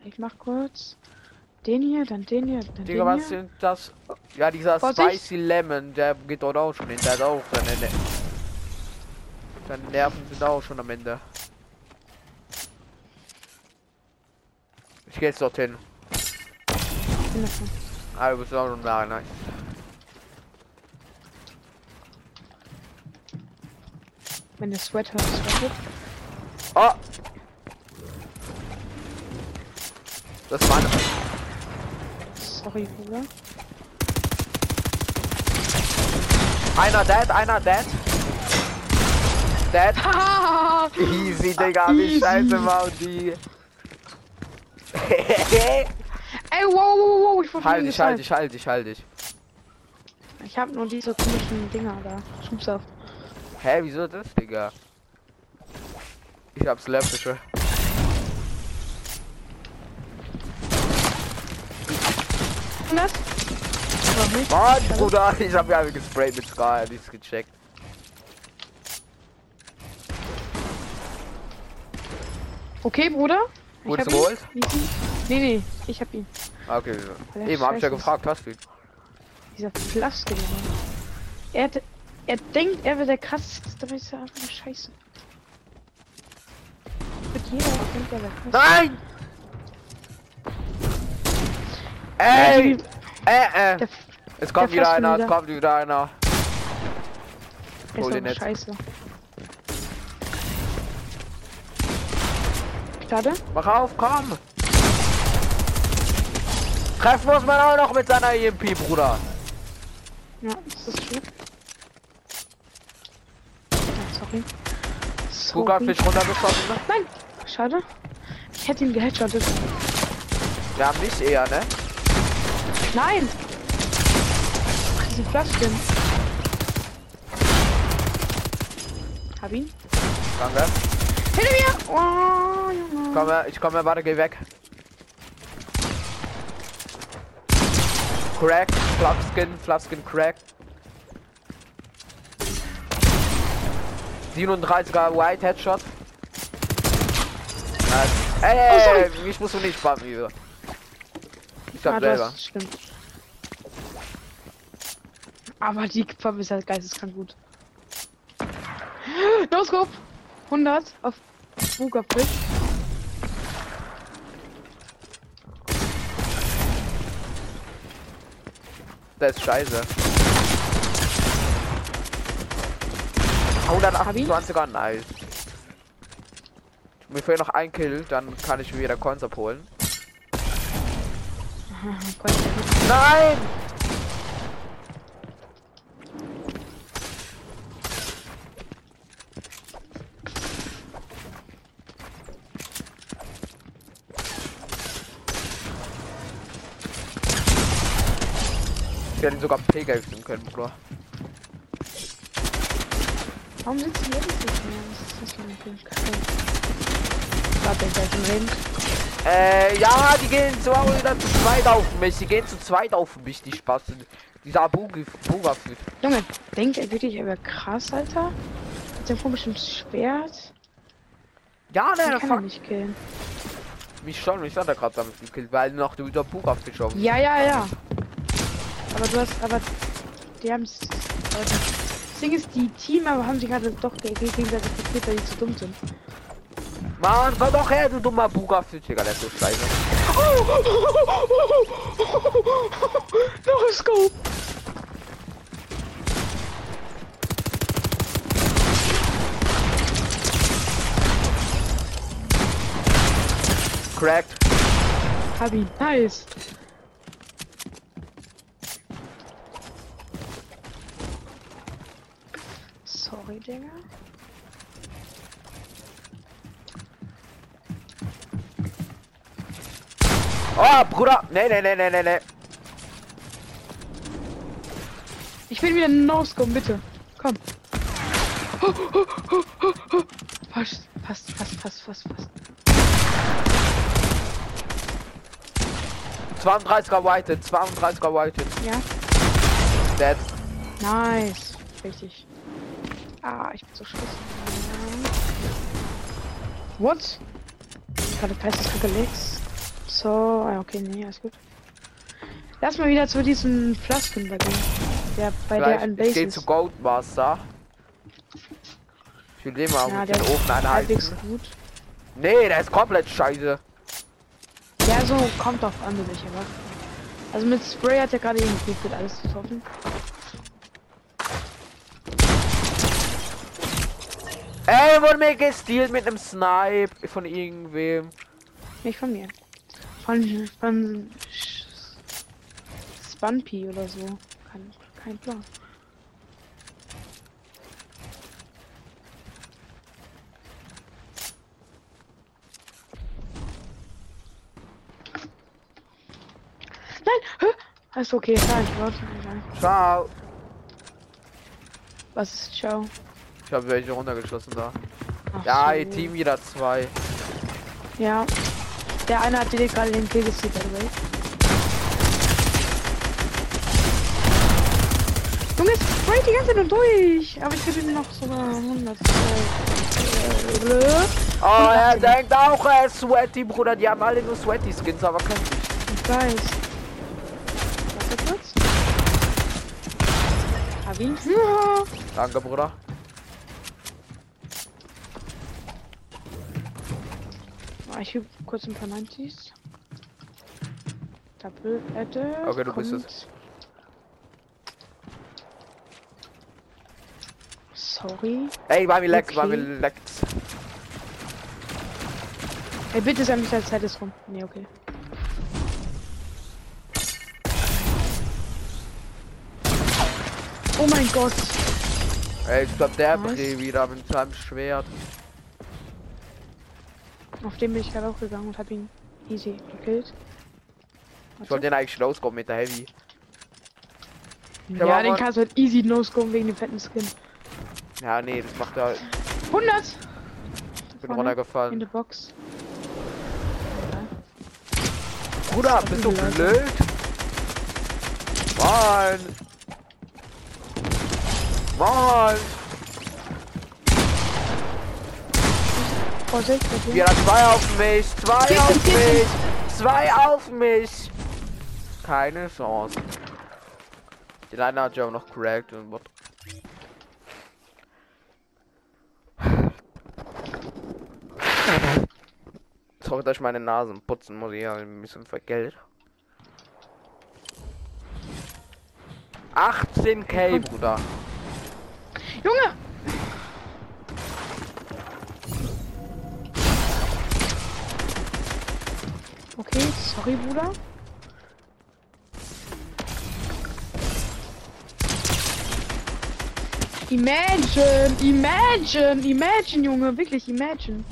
Speaker 1: Ich mach kurz. Den hier, dann den hier, dann
Speaker 2: Digga,
Speaker 1: den
Speaker 2: was
Speaker 1: hier.
Speaker 2: sind das? Ja, dieser
Speaker 1: Vorsicht.
Speaker 2: Spicy Lemon, der geht dort auch schon hin. Der hat auch seine, Ne- seine Nerven sind auch schon am Ende. Ich geh jetzt dorthin.
Speaker 1: Ich bin davon.
Speaker 2: Ah, du bist auch schon da, nein.
Speaker 1: Wenn der Sweat hat, sweatet.
Speaker 2: Oh! Das war
Speaker 1: Sorry, Bruder.
Speaker 2: einer dead, einer dead. Dead.
Speaker 1: Hahaha.
Speaker 2: Easy, Digga, wie
Speaker 1: Easy.
Speaker 2: scheiße war die.
Speaker 1: Ey, wow, wow, wow, ich wurde
Speaker 2: halt
Speaker 1: schon
Speaker 2: dich, halt
Speaker 1: gesniped.
Speaker 2: dich, halt dich, halt dich.
Speaker 1: Ich hab nur diese komischen Dinger da. Schubsaft.
Speaker 2: Hä, wieso das, Digga? Ich hab's läppische.
Speaker 1: Und das? Oder nicht?
Speaker 2: Mann, Bruder, ich hab ja gesprayt mit Sky, hab ich's gecheckt.
Speaker 1: Okay, Bruder. Ich
Speaker 2: Wurdest
Speaker 1: hab
Speaker 2: du
Speaker 1: ihn. Easy. Nee, nee, ich hab ihn.
Speaker 2: Ah, Okay, so.
Speaker 1: Weil er
Speaker 2: eben hab ich ja
Speaker 1: scheiße ist.
Speaker 2: gefragt, hast du ihn?
Speaker 1: Dieser Flaske. Er, hat- er denkt, er wird der krasseste, dabei ist er einfach nur scheiße. Wird jeder denkt, er wäre krass.
Speaker 2: Nein! Ey!
Speaker 1: die-
Speaker 2: Äh, äh!
Speaker 1: Der,
Speaker 2: Es kommt
Speaker 1: der
Speaker 2: wieder
Speaker 1: Pfosten
Speaker 2: einer, es
Speaker 1: wieder.
Speaker 2: kommt wieder einer.
Speaker 1: der
Speaker 2: Hol
Speaker 1: ist
Speaker 2: den
Speaker 1: doch
Speaker 2: jetzt.
Speaker 1: scheiße. Schade.
Speaker 2: Mach auf, komm! Treffen muss man auch noch mit seiner EMP, Bruder.
Speaker 1: Ja, ist das true? Ja, sorry.
Speaker 2: Guck hat mich runtergeschossen. ne?
Speaker 1: Nein! Schade. Ich hätte ihn geheadshottet.
Speaker 2: Wir haben nicht eher, ne?
Speaker 1: Nein! Ach, diese Flaschen. Hab ihn.
Speaker 2: Danke.
Speaker 1: Hinter mir! Oh, Junge.
Speaker 2: Komme, ich komme, warte, geh weg. Crack, Fluffskin, Fluffskin, Crack. 37er White Headshot. Nice. Ey,
Speaker 1: Oh,
Speaker 2: ey,
Speaker 1: sorry.
Speaker 2: ey, mich musst du nicht spammen, Junge. Ich hab
Speaker 1: Ah, du
Speaker 2: selber.
Speaker 1: hast- Stimmt. Aber die Pfaffe ist halt geisteskrank gut. No Scope! 100 auf Bugapisch.
Speaker 2: Das ist scheiße. 128er, nice. Mir fehlt noch ein Kill, dann kann ich wieder Coins abholen. Nein! Ich hätte ihn sogar Pega geben können, Bruder.
Speaker 1: Warum sitzt du jetzt nicht mehr? Das ist so ein bisschen kacke. Warte, ich werde schon reden.
Speaker 2: Äh, ja, die gehen zu, wieder zu zweit auf mich. Die gehen zu zweit auf mich, die Spasten. Dieser Buga Buga-Fit.
Speaker 1: Junge, denkt er wirklich, er wäre krass, Alter? Mit seinem komischen Schwert?
Speaker 2: Ja,
Speaker 1: Ich
Speaker 2: ne,
Speaker 1: kann ihn
Speaker 2: fuck.
Speaker 1: nicht killen.
Speaker 2: Mich schon, mich hat er gerade damit gekillt, weil noch dieser Buga-Fit schon.
Speaker 1: Ja, ja, ja. Aber du hast, aber die haben es. Das Ding ist, die Team aber haben sich gerade doch ge- ge- gegenseitig gekillt, weil die zu dumm sind.
Speaker 2: Mann, komm doch her, du dummer Buga-Fit. Digga, der ist ne? so scheiße.
Speaker 1: No Scope!
Speaker 2: Cracked.
Speaker 1: Hab ihn. Nice. Sorry, Digga.
Speaker 2: Oh, Bruder. Nee, nee, nee, nee, nee, nee.
Speaker 1: Ich will wieder No Scope, bitte. Komm. Passt, passt, passt, passt, passt, passt.
Speaker 2: 32er White, 32er White.
Speaker 1: Ja.
Speaker 2: Dead.
Speaker 1: Nice. Richtig. Ah, ich bin so scheiße. What? Ich hatte geisteskranke Legs. So, ah, okay, nee, alles gut. Lass mal wieder zu diesem Flasken da gehen. Der bei der
Speaker 2: Gleich.
Speaker 1: ein
Speaker 2: Ich
Speaker 1: Base
Speaker 2: geh
Speaker 1: ist.
Speaker 2: zu Goldmaster. Ich will den mal
Speaker 1: Ja,
Speaker 2: mit
Speaker 1: der
Speaker 2: den
Speaker 1: ist
Speaker 2: Ofen
Speaker 1: Halbwegs
Speaker 2: anheizen.
Speaker 1: gut.
Speaker 2: Nee, der ist komplett scheiße.
Speaker 1: Ja, so kommt auf an, welche Waffe. Also mit Spray hat er gerade eben gut mit alles getroffen.
Speaker 2: Ey, wurde mir gestealt mit einem Snipe von irgendwem.
Speaker 1: Nicht von mir. Von, von Sch- Spunpy oder so. Kein, kein Plan. Nein! Hä? Alles okay, ja, ich warte. egal.
Speaker 2: Ciao.
Speaker 1: Was ist Ciao?
Speaker 2: Ich habe welche runtergeschossen da.
Speaker 1: Ach
Speaker 2: Ja, E
Speaker 1: so.
Speaker 2: ihr Team jeder zwei.
Speaker 1: Ja. Der eine hat dir gerade den Kill also. gestealt, by the way. Junge, es sprayt die ganze Zeit nur durch. Aber ich hätte ihn noch sogar 100.
Speaker 2: Oh, er denkt auch, er ist sweaty, Bruder. Die haben alle nur sweaty Skins, aber können nicht.
Speaker 1: Ich weiß. Warte kurz. Hab ihn. Ja.
Speaker 2: Danke, Bruder.
Speaker 1: Ah, Ich hab kurz ein paar 90s. Doppelette.
Speaker 2: Okay, du bist
Speaker 1: kommt. Sorry.
Speaker 2: Ey, bei mir leckt, bei
Speaker 1: Okay.
Speaker 2: mir leckt.
Speaker 1: Ey, bitte sei nicht, deine Zeit ist rum. Nee, okay. Oh mein Gott.
Speaker 2: Ey, ich glaub, der
Speaker 1: Nice.
Speaker 2: Bre wieder mit seinem Schwert.
Speaker 1: Auf den bin ich gerade auch gegangen und hab ihn easy gekillt.
Speaker 2: Ich wollte den eigentlich loskommen mit der Heavy.
Speaker 1: Ja,
Speaker 2: war
Speaker 1: den
Speaker 2: aber-
Speaker 1: kannst du halt easy no-scopen wegen dem fetten Skin.
Speaker 2: Ja, nee, das macht er. Ich
Speaker 1: 100!
Speaker 2: bin
Speaker 1: Vorne. In
Speaker 2: runtergefallen.
Speaker 1: der Box.
Speaker 2: Bruder, bist du
Speaker 1: Leute.
Speaker 2: blöd? Mann! Mann!
Speaker 1: Vorsicht, okay.
Speaker 2: Wieder zwei auf mich! Zwei
Speaker 1: Kick
Speaker 2: auf
Speaker 1: ihn, kick ihn.
Speaker 2: mich! Zwei auf mich! Keine Chance. Den einen hat ja auch noch cracked und what? Sorry, dass ich meine Nasen putzen muss. Ich habe ein bisschen vergelt. 18k, Bruder.
Speaker 1: Junge! Okay, sorry, Bruder. Imagine, imagine, imagine, Junge, wirklich, imagine.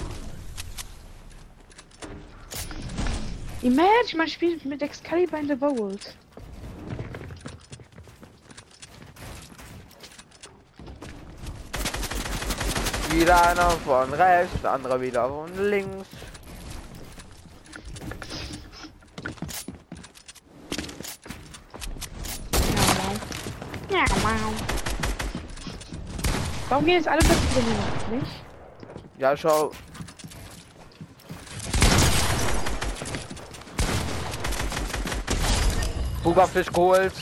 Speaker 1: Imagine, man spielt mit Excalibur in the World.
Speaker 2: Wieder einer von rechts, der andere wieder von links.
Speaker 1: Ja, wow. Warum gehen jetzt alle plötzlich wieder hin? Nicht?
Speaker 2: Ja, schau. Buberfisch geholt.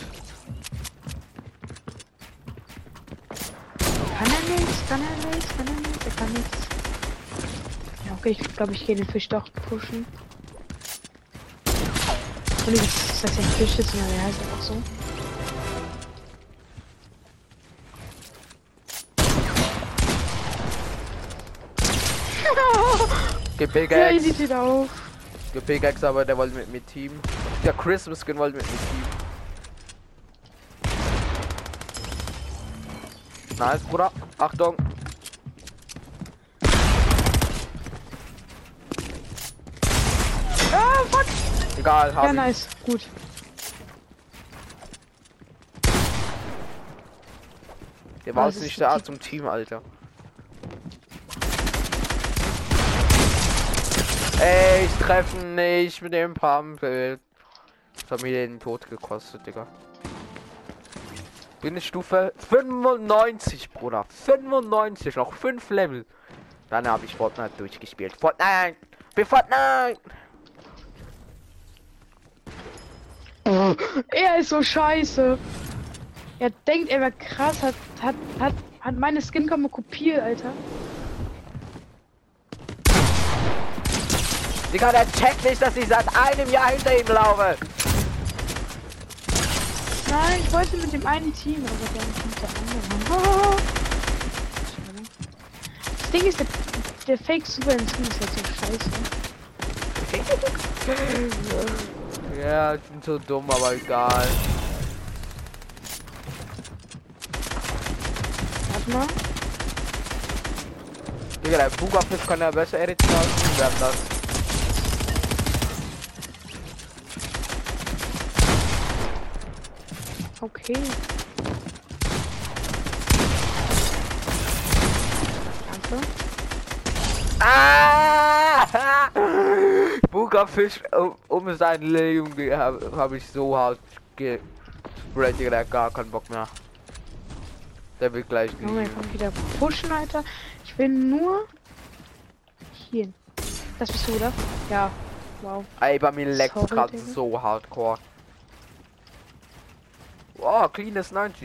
Speaker 1: Kann er nichts, kann er nichts, kann er nichts, er kann nichts. Ja, okay, ich glaube, ich gehe den Fisch doch pushen. Und ist das ein Fisch ist, sondern der heißt einfach so.
Speaker 2: Gib
Speaker 1: Ja, ihr
Speaker 2: Pickaxe.
Speaker 1: sieht wieder auf.
Speaker 2: Gib Pickaxe, aber der wollte mit mir Team. Der Christmas Skin wollte mit mir Team. Nice, Bruder. Achtung.
Speaker 1: Ah, fuck.
Speaker 2: Egal, hab
Speaker 1: Ja,
Speaker 2: ihn.
Speaker 1: nice. Gut.
Speaker 2: Der war
Speaker 1: Ah, Das
Speaker 2: jetzt
Speaker 1: ist
Speaker 2: nicht der Art zum Team, Alter. Ey, ich treffe nicht mit dem Pumpel. Das hat mir den Tod gekostet, Digga. Bin ich Stufe 95, Bruder. 95, noch 5 Level. Dann habe ich Fortnite durchgespielt. Fortnite! Bin Fortnite!
Speaker 1: Er ist so scheiße. Er denkt, er wäre krass, hat, hat, hat, hat meine Skin-Kombo kopiert, Alter.
Speaker 2: Digga, der checkt nicht, dass ich seit einem Jahr hinter ihm laufe.
Speaker 1: Nein, ich wollte mit dem einen Team, aber der mit der anderen. Entschuldigung. Das Ding ist, der, der Fake Super Team ist jetzt so scheiße.
Speaker 2: Ja, ich bin so dumm, aber egal.
Speaker 1: Warte mal.
Speaker 2: Digga, der Bugafisch kann ja besser editen als werden das.
Speaker 1: Okay. Danke.
Speaker 2: Ah! Bugafisch um, um sein Leben ge- hab, hab ich so hart ge. Brett, Digga, der hat gar keinen Bock mehr. Der will gleich
Speaker 1: Junge, er
Speaker 2: liegen.
Speaker 1: kommt wieder pushen, Alter. Ich will nur hier. Das bist du, oder? Ja. Wow.
Speaker 2: Ey, bei mir leckt
Speaker 1: Sorry,
Speaker 2: gerade
Speaker 1: Digga.
Speaker 2: so hardcore. Wow, clean ist 90.